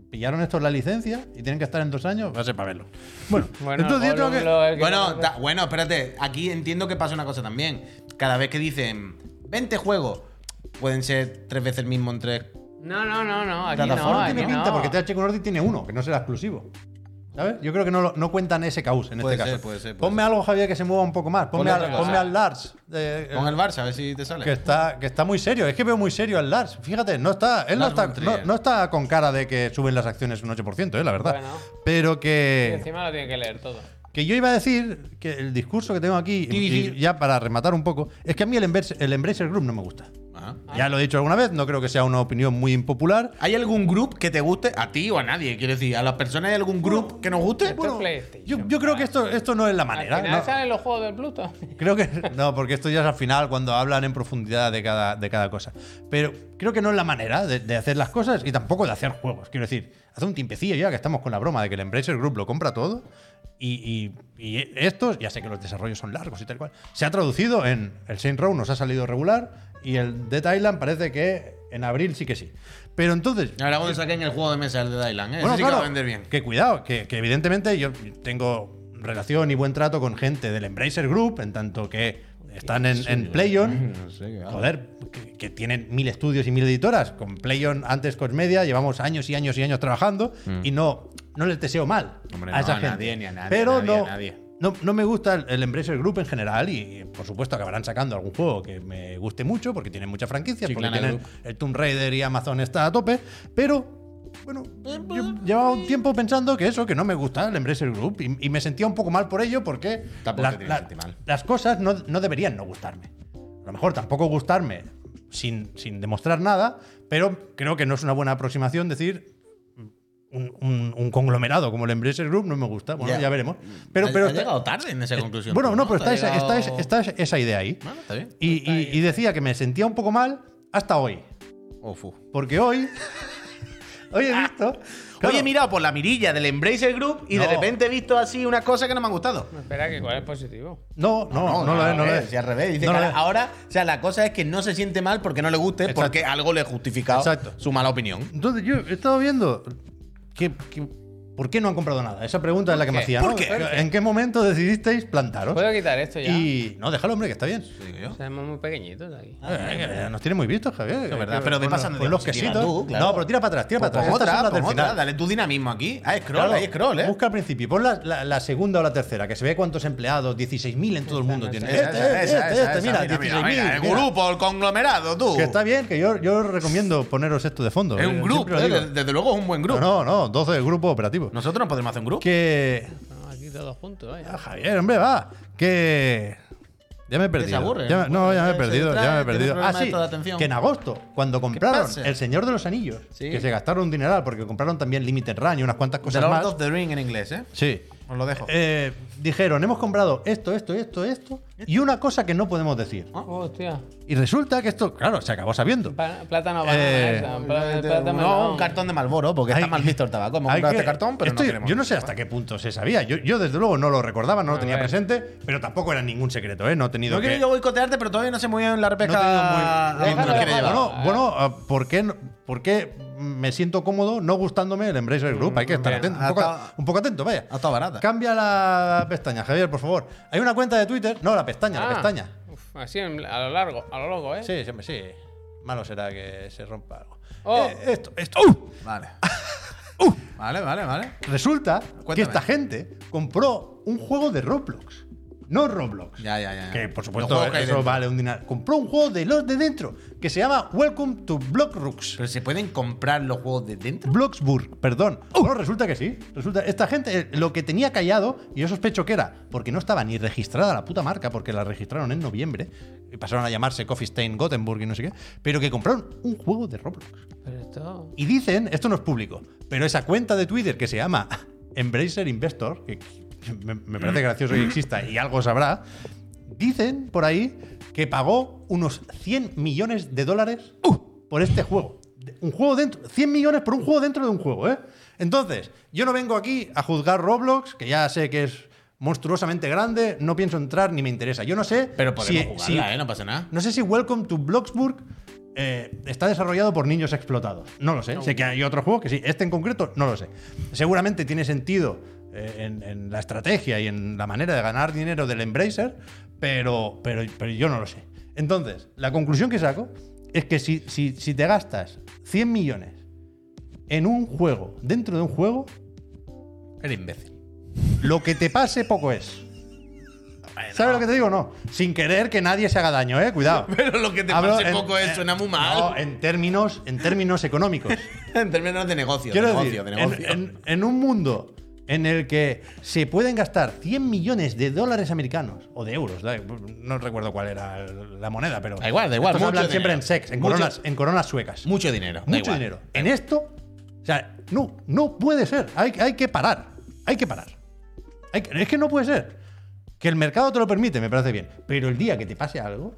pillaron estos la licencia y tienen que estar en dos años, va a ser para verlo. Bueno, Bueno, entonces yo creo que... Golum, el que- Bueno, ta- bueno, espérate. Aquí entiendo que pasa una cosa también. Cada vez que dicen 20 juegos, pueden ser tres veces el mismo en tres. No, no, no, no. Aquí plataforma no. Aquí tiene pinta no. porque THQ Nordic tiene uno, que no será exclusivo. ¿Sabes? Yo creo que no, lo- no cuentan ese caos en Puede este ser, caso. puede ser, puede ponme algo, Javier, que se mueva un poco más. Ponme, Ponle al, otra ponme ah. cosa. al Lars. eh, eh, Con el Barça, a ver si te sale. que está, que está muy serio. Es que veo muy serio al Lars. Fíjate, no está, él no Lars está, von no, Trier. no está con cara de que suben las acciones un 8%, eh, la verdad. Bueno. Pero Y que, encima lo tiene que leer todo. que yo iba a decir que el discurso que tengo aquí, Sí, sí. y ya para rematar un poco, es que a mí el Embracer, el Embracer Group no me gusta. Ajá. Ah. Ya lo he dicho alguna vez, no creo que sea una opinión muy impopular. ¿Hay algún grupo que te guste? A ti o a nadie, quiero decir. ¿A las personas hay algún grupo que nos guste? Esto es PlayStation, Ah, Yo, yo creo que esto, esto no es la manera. Al final ¿no? salen los juegos del Pluto. Creo que no, porque esto ya es al final cuando hablan en profundidad de cada, de cada cosa. Pero creo que no es la manera de, de hacer las cosas y tampoco de hacer juegos. Quiero decir, hace un tiempecillo ya que estamos con la broma de que el Embracer Group lo compra todo y, y- y estos, ya sé que los desarrollos son largos y tal cual, se ha traducido en el Saint Row nos ha salido regular y el Dead Island parece que En abril sí que sí. Pero entonces, Ahora cuando saquen el juego de mesa, el de Dylan, ¿eh? Ese Bueno, sí que claro, va a vender bien. Que cuidado, que, que evidentemente yo tengo relación y buen trato con gente del Embracer Group, en tanto que están en, en PlayOn. Mm, No sé, claro. Joder, que, que tienen mil estudios y mil editoras. Con PlayOn, antes Cosmedia, llevamos años y años y años trabajando y no, no les deseo mal Mm. Hombre, a esa no, a gente. nadie, ni a nadie, Pero nadie, no, a nadie. No, no me gusta el, el Embracer Group en general y, y, por supuesto acabarán sacando algún juego que me guste mucho porque tienen muchas franquicias, Chiclana porque tienen Group. el Tomb Raider y Amazon está a tope, pero bueno, yo llevaba un tiempo pensando que eso, que no me gusta el Embracer Group y, y me sentía un poco mal por ello porque Tampoco te tienes que sentir mal. las cosas no, no deberían no gustarme. A lo mejor tampoco gustarme sin, sin demostrar nada, pero creo que no es una buena aproximación decir un, un- un conglomerado como el Embracer Group no me gusta. Bueno, Ya. ya, veremos. Pero, Ha- pero ha está- Eh, llegado tarde en esa conclusión. bueno, tú, no, pero está, Te ha esa, llegado- está es- está esa idea ahí. Bueno, está bien. Y, y- y decía que me sentía un poco mal hasta hoy. Oh, fu. Porque hoy. hoy Ah. he visto. Oye, he claro, mirado por la mirilla del Embracer Group y de No. repente he visto así unas cosas que no me han gustado. Espera, que cuál es positivo. No, no, no, lo es, no lo es. Si al revés. Dice No que lo ahora- es. ahora, o sea, la cosa es que no se siente mal porque no le guste, Exacto. porque algo le ha justificado Exacto. su mala opinión. Entonces yo he estado viendo que, que- ¿por qué no han comprado nada? Esa pregunta es la que me qué? hacía. ¿no? ¿Por qué? ¿En qué momento decidisteis plantaros? ¿Puedo quitar esto ya? Y no, déjalo, hombre, que está bien. Digo yo. Estamos muy pequeñitos aquí. Ah, Eh, Nos tiene muy vistos, Javier. Es verdad, Hay que- pero ve con los- pasando de con los diapositiva quesitos. tú, claro. No, pero tira para atrás, tira para Pon atrás. Estas son otra, las pon del otra, final. dale tu dinamismo aquí. Ah, scroll, Claro, ahí scroll, eh. Busca al principio, pon la, la- la segunda o la tercera, que se vea cuántos empleados, 16.000 en todo el mundo tiene. Esa, Este, esa, este, esa, este, mira, esa, mira, mira, 16.000. mira, El mira. grupo, el conglomerado, tú. Que está bien, que yo, yo os recomiendo poneros esto de fondo. Es eh, un siempre grupo, lo eh, digo. desde, desde luego es un buen grupo. No, no, 12 grupos operativos. Nosotros no podemos hacer un grupo. Que No, aquí todos juntos, Ah, vaya. Javier, hombre, va. Que. Ya me he perdido. aburre, Ya me- no, ¿no? ya me he Se perdido. distrae, Ya me he tiene perdido. Ah, problemas de sí. toda atención. Que en agosto, cuando compraron pasa? El Señor de los Anillos, Sí. que se gastaron un dineral porque compraron también Limited Run y unas cuantas The cosas Lord más. of the Ring en inglés, ¿eh? Sí. Os lo dejo. Eh, dijeron, hemos comprado esto, esto, esto, esto y una cosa que no podemos decir. Oh, Hostia. Y resulta que esto, claro, se acabó sabiendo. Pa- Plátano, Eh, banana. esa, pla- plátano, no, banana. un cartón de Malboro, porque Hay- está mal visto el tabaco. Hemos hay comprado que- este cartón, pero esto no yo- queremos. Yo no sé hasta qué punto se sabía. Yo, yo, desde luego, no lo recordaba, no lo A tenía ver. presente, pero tampoco era ningún secreto, ¿eh? No he tenido No que. quiero yo boicotearte, pero todavía no sé muy bien la No he tenido repesca. Ah, muy- a dónde nos Déjalo, quiere déjalo. llevar. Bueno, bueno, ah, ¿por qué, no- por qué me siento cómodo no gustándome el Embracer Group? Hay que estar bien. atento, un, poco, Hasta- un poco atento, vaya. Ha estado barata. Cambia la pestaña, Javier, por favor. Hay una cuenta de Twitter. No, la pestaña, Ah, la pestaña. uf, así en- a lo largo, a lo loco, ¿eh? Sí, sí, hombre, sí. Malo será que se rompa algo. Oh. Eh, esto, esto. ¡Uh! Vale. Vale, vale, vale. Resulta Cuéntame. que esta gente compró un juego de Roblox. No Roblox. Ya, ya, ya. Que por Los supuesto juegos que hay eso dentro. vale un dinar. Compró un juego de los de dentro que se llama Welcome to Blockrooks. Pero se pueden comprar los juegos de dentro. Bloxburg, perdón. No, resulta que sí. Resulta, esta gente eh, lo que tenía callado, y yo sospecho que era porque no estaba ni registrada la puta marca, porque la registraron en noviembre, y pasaron a llamarse Coffee Stain Gothenburg y no sé qué, pero que compraron un juego de Roblox. Pero esto. Y dicen, esto no es público, pero esa cuenta de Twitter que se llama Embracer Investor, que que me, me parece gracioso que exista y algo sabrá, dicen por ahí que pagó unos 100 millones de dólares por este juego. De- Un juego dentro, 100 millones por un juego dentro de un juego, ¿eh? Entonces, yo no vengo aquí a juzgar Roblox, que ya sé que es monstruosamente grande, no pienso entrar ni me interesa. Yo no sé Pero podemos si- jugarla, si- ¿eh? No pasa nada. no sé si Welcome to Bloxburg eh, está desarrollado por niños explotados. No lo sé. Sé que hay otro juego que sí. Este en concreto, no lo sé. Seguramente tiene sentido eh, en, en la estrategia y en la manera de ganar dinero del Embracer, pero, pero, pero yo no lo sé. Entonces, la conclusión que saco es que si, si, si te gastas 100 millones en un juego, dentro de un juego, Eres imbécil. lo que te pase poco es. ¿Sabes lo que te digo? No. Sin querer que nadie se haga daño, ¿eh? Cuidado. Pero lo que te Hablo pase en- poco es, eh, suena muy No, mal. en términos, en términos económicos. en términos de negocio, Quiero de negocio, decir, de en, negocio. en- en un mundo en el que se pueden gastar 100 millones de dólares americanos o de euros, da- no recuerdo cuál era la moneda, pero Da igual, da igual, estos mucho hablan dinero. siempre en sex, en Mucho- coronas, en coronas suecas. Mucho dinero. da Mucho igual. Eh, dinero. En esto, o sea, no, no puede ser. Hay, hay que parar. Hay que parar. Hay que- es que no puede ser. Que el mercado te lo permite, me parece bien. Pero el día que te pase algo,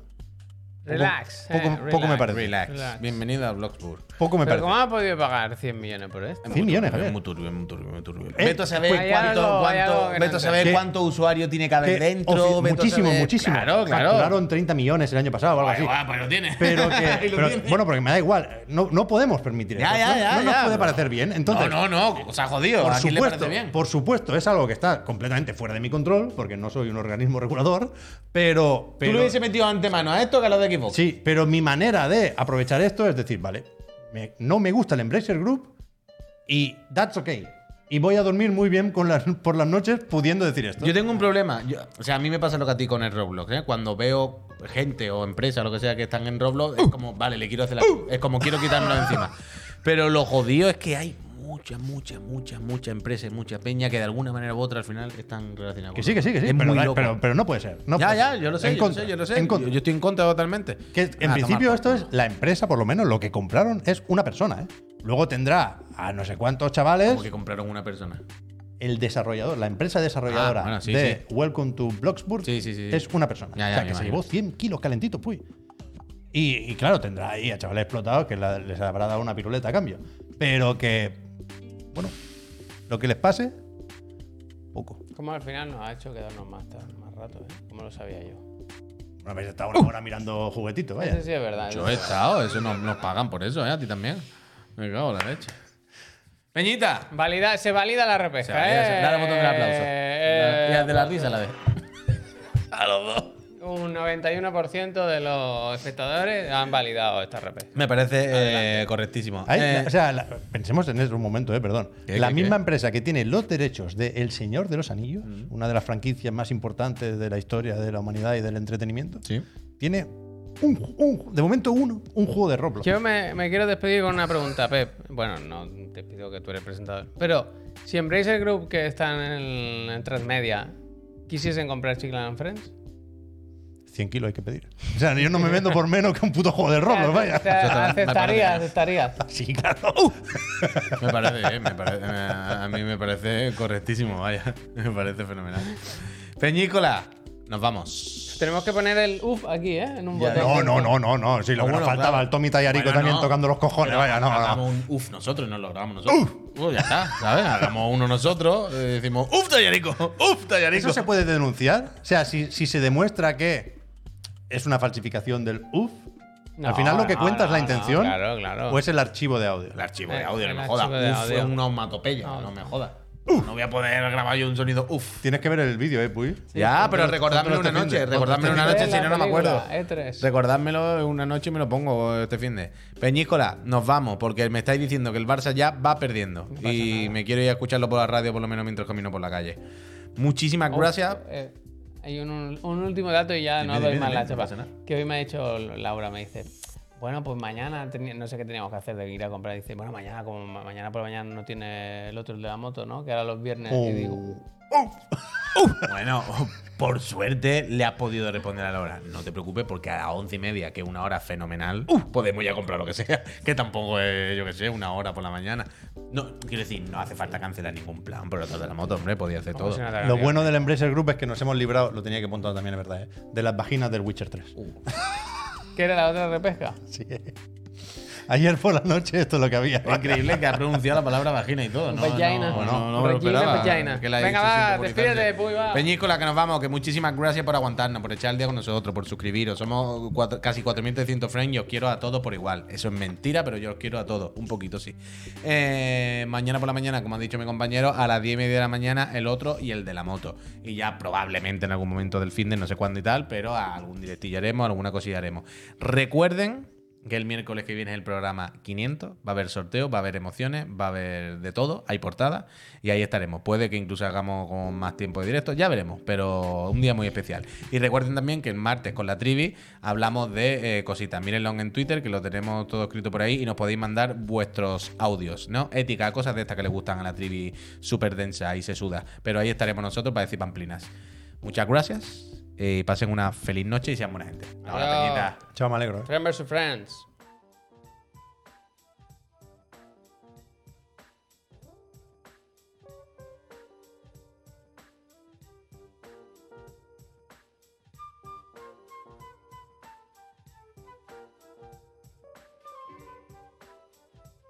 Relax. poco- eh, poco me relax. parece. Relax. Relax. Bienvenido a Bloxburg. Poco me parece. ¿Pero cómo ha podido pagar 100 millones por esto? Cien millones, Es Javier. muy turbio, es muy turbio, es muy turbio. Eh, Vete a saber pues- Hay cuánto, algo- hay cuánto- algo vete a saber grande. cuánto usuario tiene que haber Que dentro. ofi- vete a muchísimo, saber- muchísimo. Claro, claro. Facturaron 30 millones el año pasado o Ah, algo así. Guau, pues lo tiene. Pero que. Y lo pero- tiene. bueno, porque me da igual. No, no podemos permitir Ya, eso. ya, No- ya, no nos ya, puede pero- parecer bien. Entonces, no, no, no, o sea, jodido. por ¿A quién le supuesto, parece bien? por supuesto, es algo que está completamente fuera de mi control, porque no soy un organismo regulador, pero. Tú pero le hubiese metido antemano a esto que a lo de equipo. sí, pero mi manera de aprovechar esto es decir, vale, me- no me gusta el Embracer Group y that's okay. Y voy a dormir muy bien con las, por las noches pudiendo decir esto. Yo tengo un problema. Yo- o sea, a mí me pasa lo que a ti con el Roblox. ¿eh? Cuando veo gente o empresa o lo que sea que están en Roblox, es como, vale, le quiero hacer la. Uh. Es como quiero quitármelo de encima. Pero lo jodido es que hay mucha, mucha, mucha, mucha empresa y mucha peña que de alguna manera u otra al final están relacionadas que con sí, que sí, que sí. Es Pero, muy da- loco. pero, pero no puede ser. no ya, puede ya, ser. yo lo sé, En yo contra, lo sé, yo lo sé. en contra. Yo, yo estoy en contra totalmente. Que en Ah, principio tomar. esto es la empresa, por lo menos, lo que compraron es una persona. ¿eh? Luego tendrá a no sé cuántos chavales Como que compraron una persona. el desarrollador, la empresa desarrolladora Ah, bueno, sí, de Welcome to Bloxburg Sí, sí, sí, sí. es una persona. Ya, o ya, sea, me que se imagino. llevó 100 kilos calentitos, puy. Y, y claro, tendrá ahí a chavales explotados que la- les habrá dado una piruleta a cambio. Pero que, bueno, lo que les pase, poco. Como al final nos ha hecho quedarnos más, tarde, más rato, ¿eh? Como lo sabía yo. No habéis estado Uh. una hora mirando juguetitos, vaya. Eso sí es verdad. Yo he estado, eso no- nos pagan por eso, ¿eh? A ti también. Me cago en la leche. Peñita, Valida, se valida la Se repesca, valía, se- ¿eh? Dale al botón del aplauso. Eh, y al de la risa la de. A los dos. Un 91% de los espectadores han validado esta repesca. Me parece eh, correctísimo. Ahí, Eh, o sea, la- pensemos en eso un momento, eh, perdón. ¿Qué, la qué, misma qué? Mm. empresa que tiene los derechos de El Señor de los Anillos, una de las franquicias más importantes de la historia de la humanidad y del entretenimiento, sí. tiene un, un- de momento uno, un juego de Roblox. Yo me, me quiero despedir con una pregunta, Pep. Bueno, no te pido que tú eres presentador. Pero si Embracer Group, que están en, el- en Transmedia, quisiesen comprar Chiclan and Friends. 100 kilos hay que pedir. O sea, yo no me vendo por menos que un puto juego de Roblox, O sea, vaya. parece. aceptarías, aceptarías. Sí, claro. Uh. Me parece, eh, me parece- a mí me parece correctísimo, vaya. Me parece fenomenal. Peñícola, nos vamos. Tenemos que poner el uff aquí, ¿eh? En un Ya, botón. No, no, no, no, no. Sí, lo No, que nos bueno, faltaba, claro. el Tommy Tallarico Bueno, también no. tocando los cojones, vaya, no, no. Hagamos un uf nosotros, no lo grabamos nosotros. Uf, ya está, ¿sabes? Hagamos uno nosotros eh, decimos uf tallarico, uf tallarico. ¿Eso se puede denunciar? O sea, si, si se demuestra que es una falsificación del UF, No, al final lo que no, cuenta es la no, no, intención claro, claro. o es el archivo de audio. Ah, El archivo de Eh, audio, el no me archivo de jodas. Uf, audio. es una onomatopeya, no me jodas. No voy a poder grabar yo un sonido uf. Tienes que ver el vídeo, ¿eh, Puy? ya, pero Póntelo- recordármelo póntelo este una fin noche, de- recordármelo una Ve la noche, si no, no me película, E acuerdo. E3. Recordármelo una noche y me lo pongo este fin de. Peñíscola, nos vamos, porque me estáis diciendo que el Barça ya va perdiendo. y me quiero ir a escucharlo por la radio, por lo menos mientras camino por la calle. Muchísimas gracias. Eh, hay un, un último dato y ya no dime, doy dime, más la no chapa. pasa nada. Que hoy me ha dicho Laura, me dice, bueno, pues mañana, teni- no sé qué teníamos que hacer de ir a comprar. Dice, bueno, mañana, como ma- mañana por la mañana no tiene el otro el de la moto, ¿no? Que ahora los viernes. Oh, Y Oh. digo, Bueno, por suerte le has podido responder a la hora. No te preocupes, porque a las once y media, que es una hora fenomenal, podemos ya comprar lo que sea. Que tampoco es, yo que sé, una hora por la mañana. No, quiero decir, no hace falta cancelar ningún plan por el otro de la moto, hombre, podía hacer Vamos todo. a cenar a la Lo mierda. bueno del Embracer Group es que nos hemos librado, lo tenía que apuntar también, es verdad, ¿eh? de las vaginas del Witcher 3. Uh. ¿Qué era la otra repesca? Sí. Ayer por la noche esto es lo que había. Increíble que ha pronunciado la palabra vagina y todo. No, Vagina. No, no, no, me lo Vagina, esperaba, vagina. que la Venga, hizo sin va, comunicarse. despídete, Puy, va. Peñíscola, que nos vamos. Que muchísimas gracias por aguantarnos, por echar el día con nosotros, por suscribiros. Somos cuatro- casi 4.300 friends y os quiero a todos por igual. Eso es mentira, pero yo os quiero a todos. Un poquito, sí. Eh, mañana por la mañana, como ha dicho mi compañero, a las 10 y media de la mañana el otro y el de la moto. Y ya probablemente en algún momento del fin de no sé cuándo y tal, pero a algún directillo haremos, alguna cosilla haremos. Recuerden que el miércoles que viene es el programa 500, va a haber sorteo, va a haber emociones, va a haber de todo, hay portada y ahí estaremos. Puede que incluso hagamos con más tiempo de directo, ya veremos, pero un día muy especial. Y recuerden también que el martes con la trivi hablamos de eh, cositas. Mírenlo en Twitter, que lo tenemos todo escrito por ahí y nos podéis mandar vuestros audios, ¿no? Ética, cosas de estas que le gustan a la trivi súper densa y se suda. Pero ahí estaremos nosotros para decir pamplinas. Muchas gracias, eh, pasen una feliz noche y sean buena gente. Ahora, Adiós. Peñita. Chao, me alegro. ¿eh? Friends vs. Friends.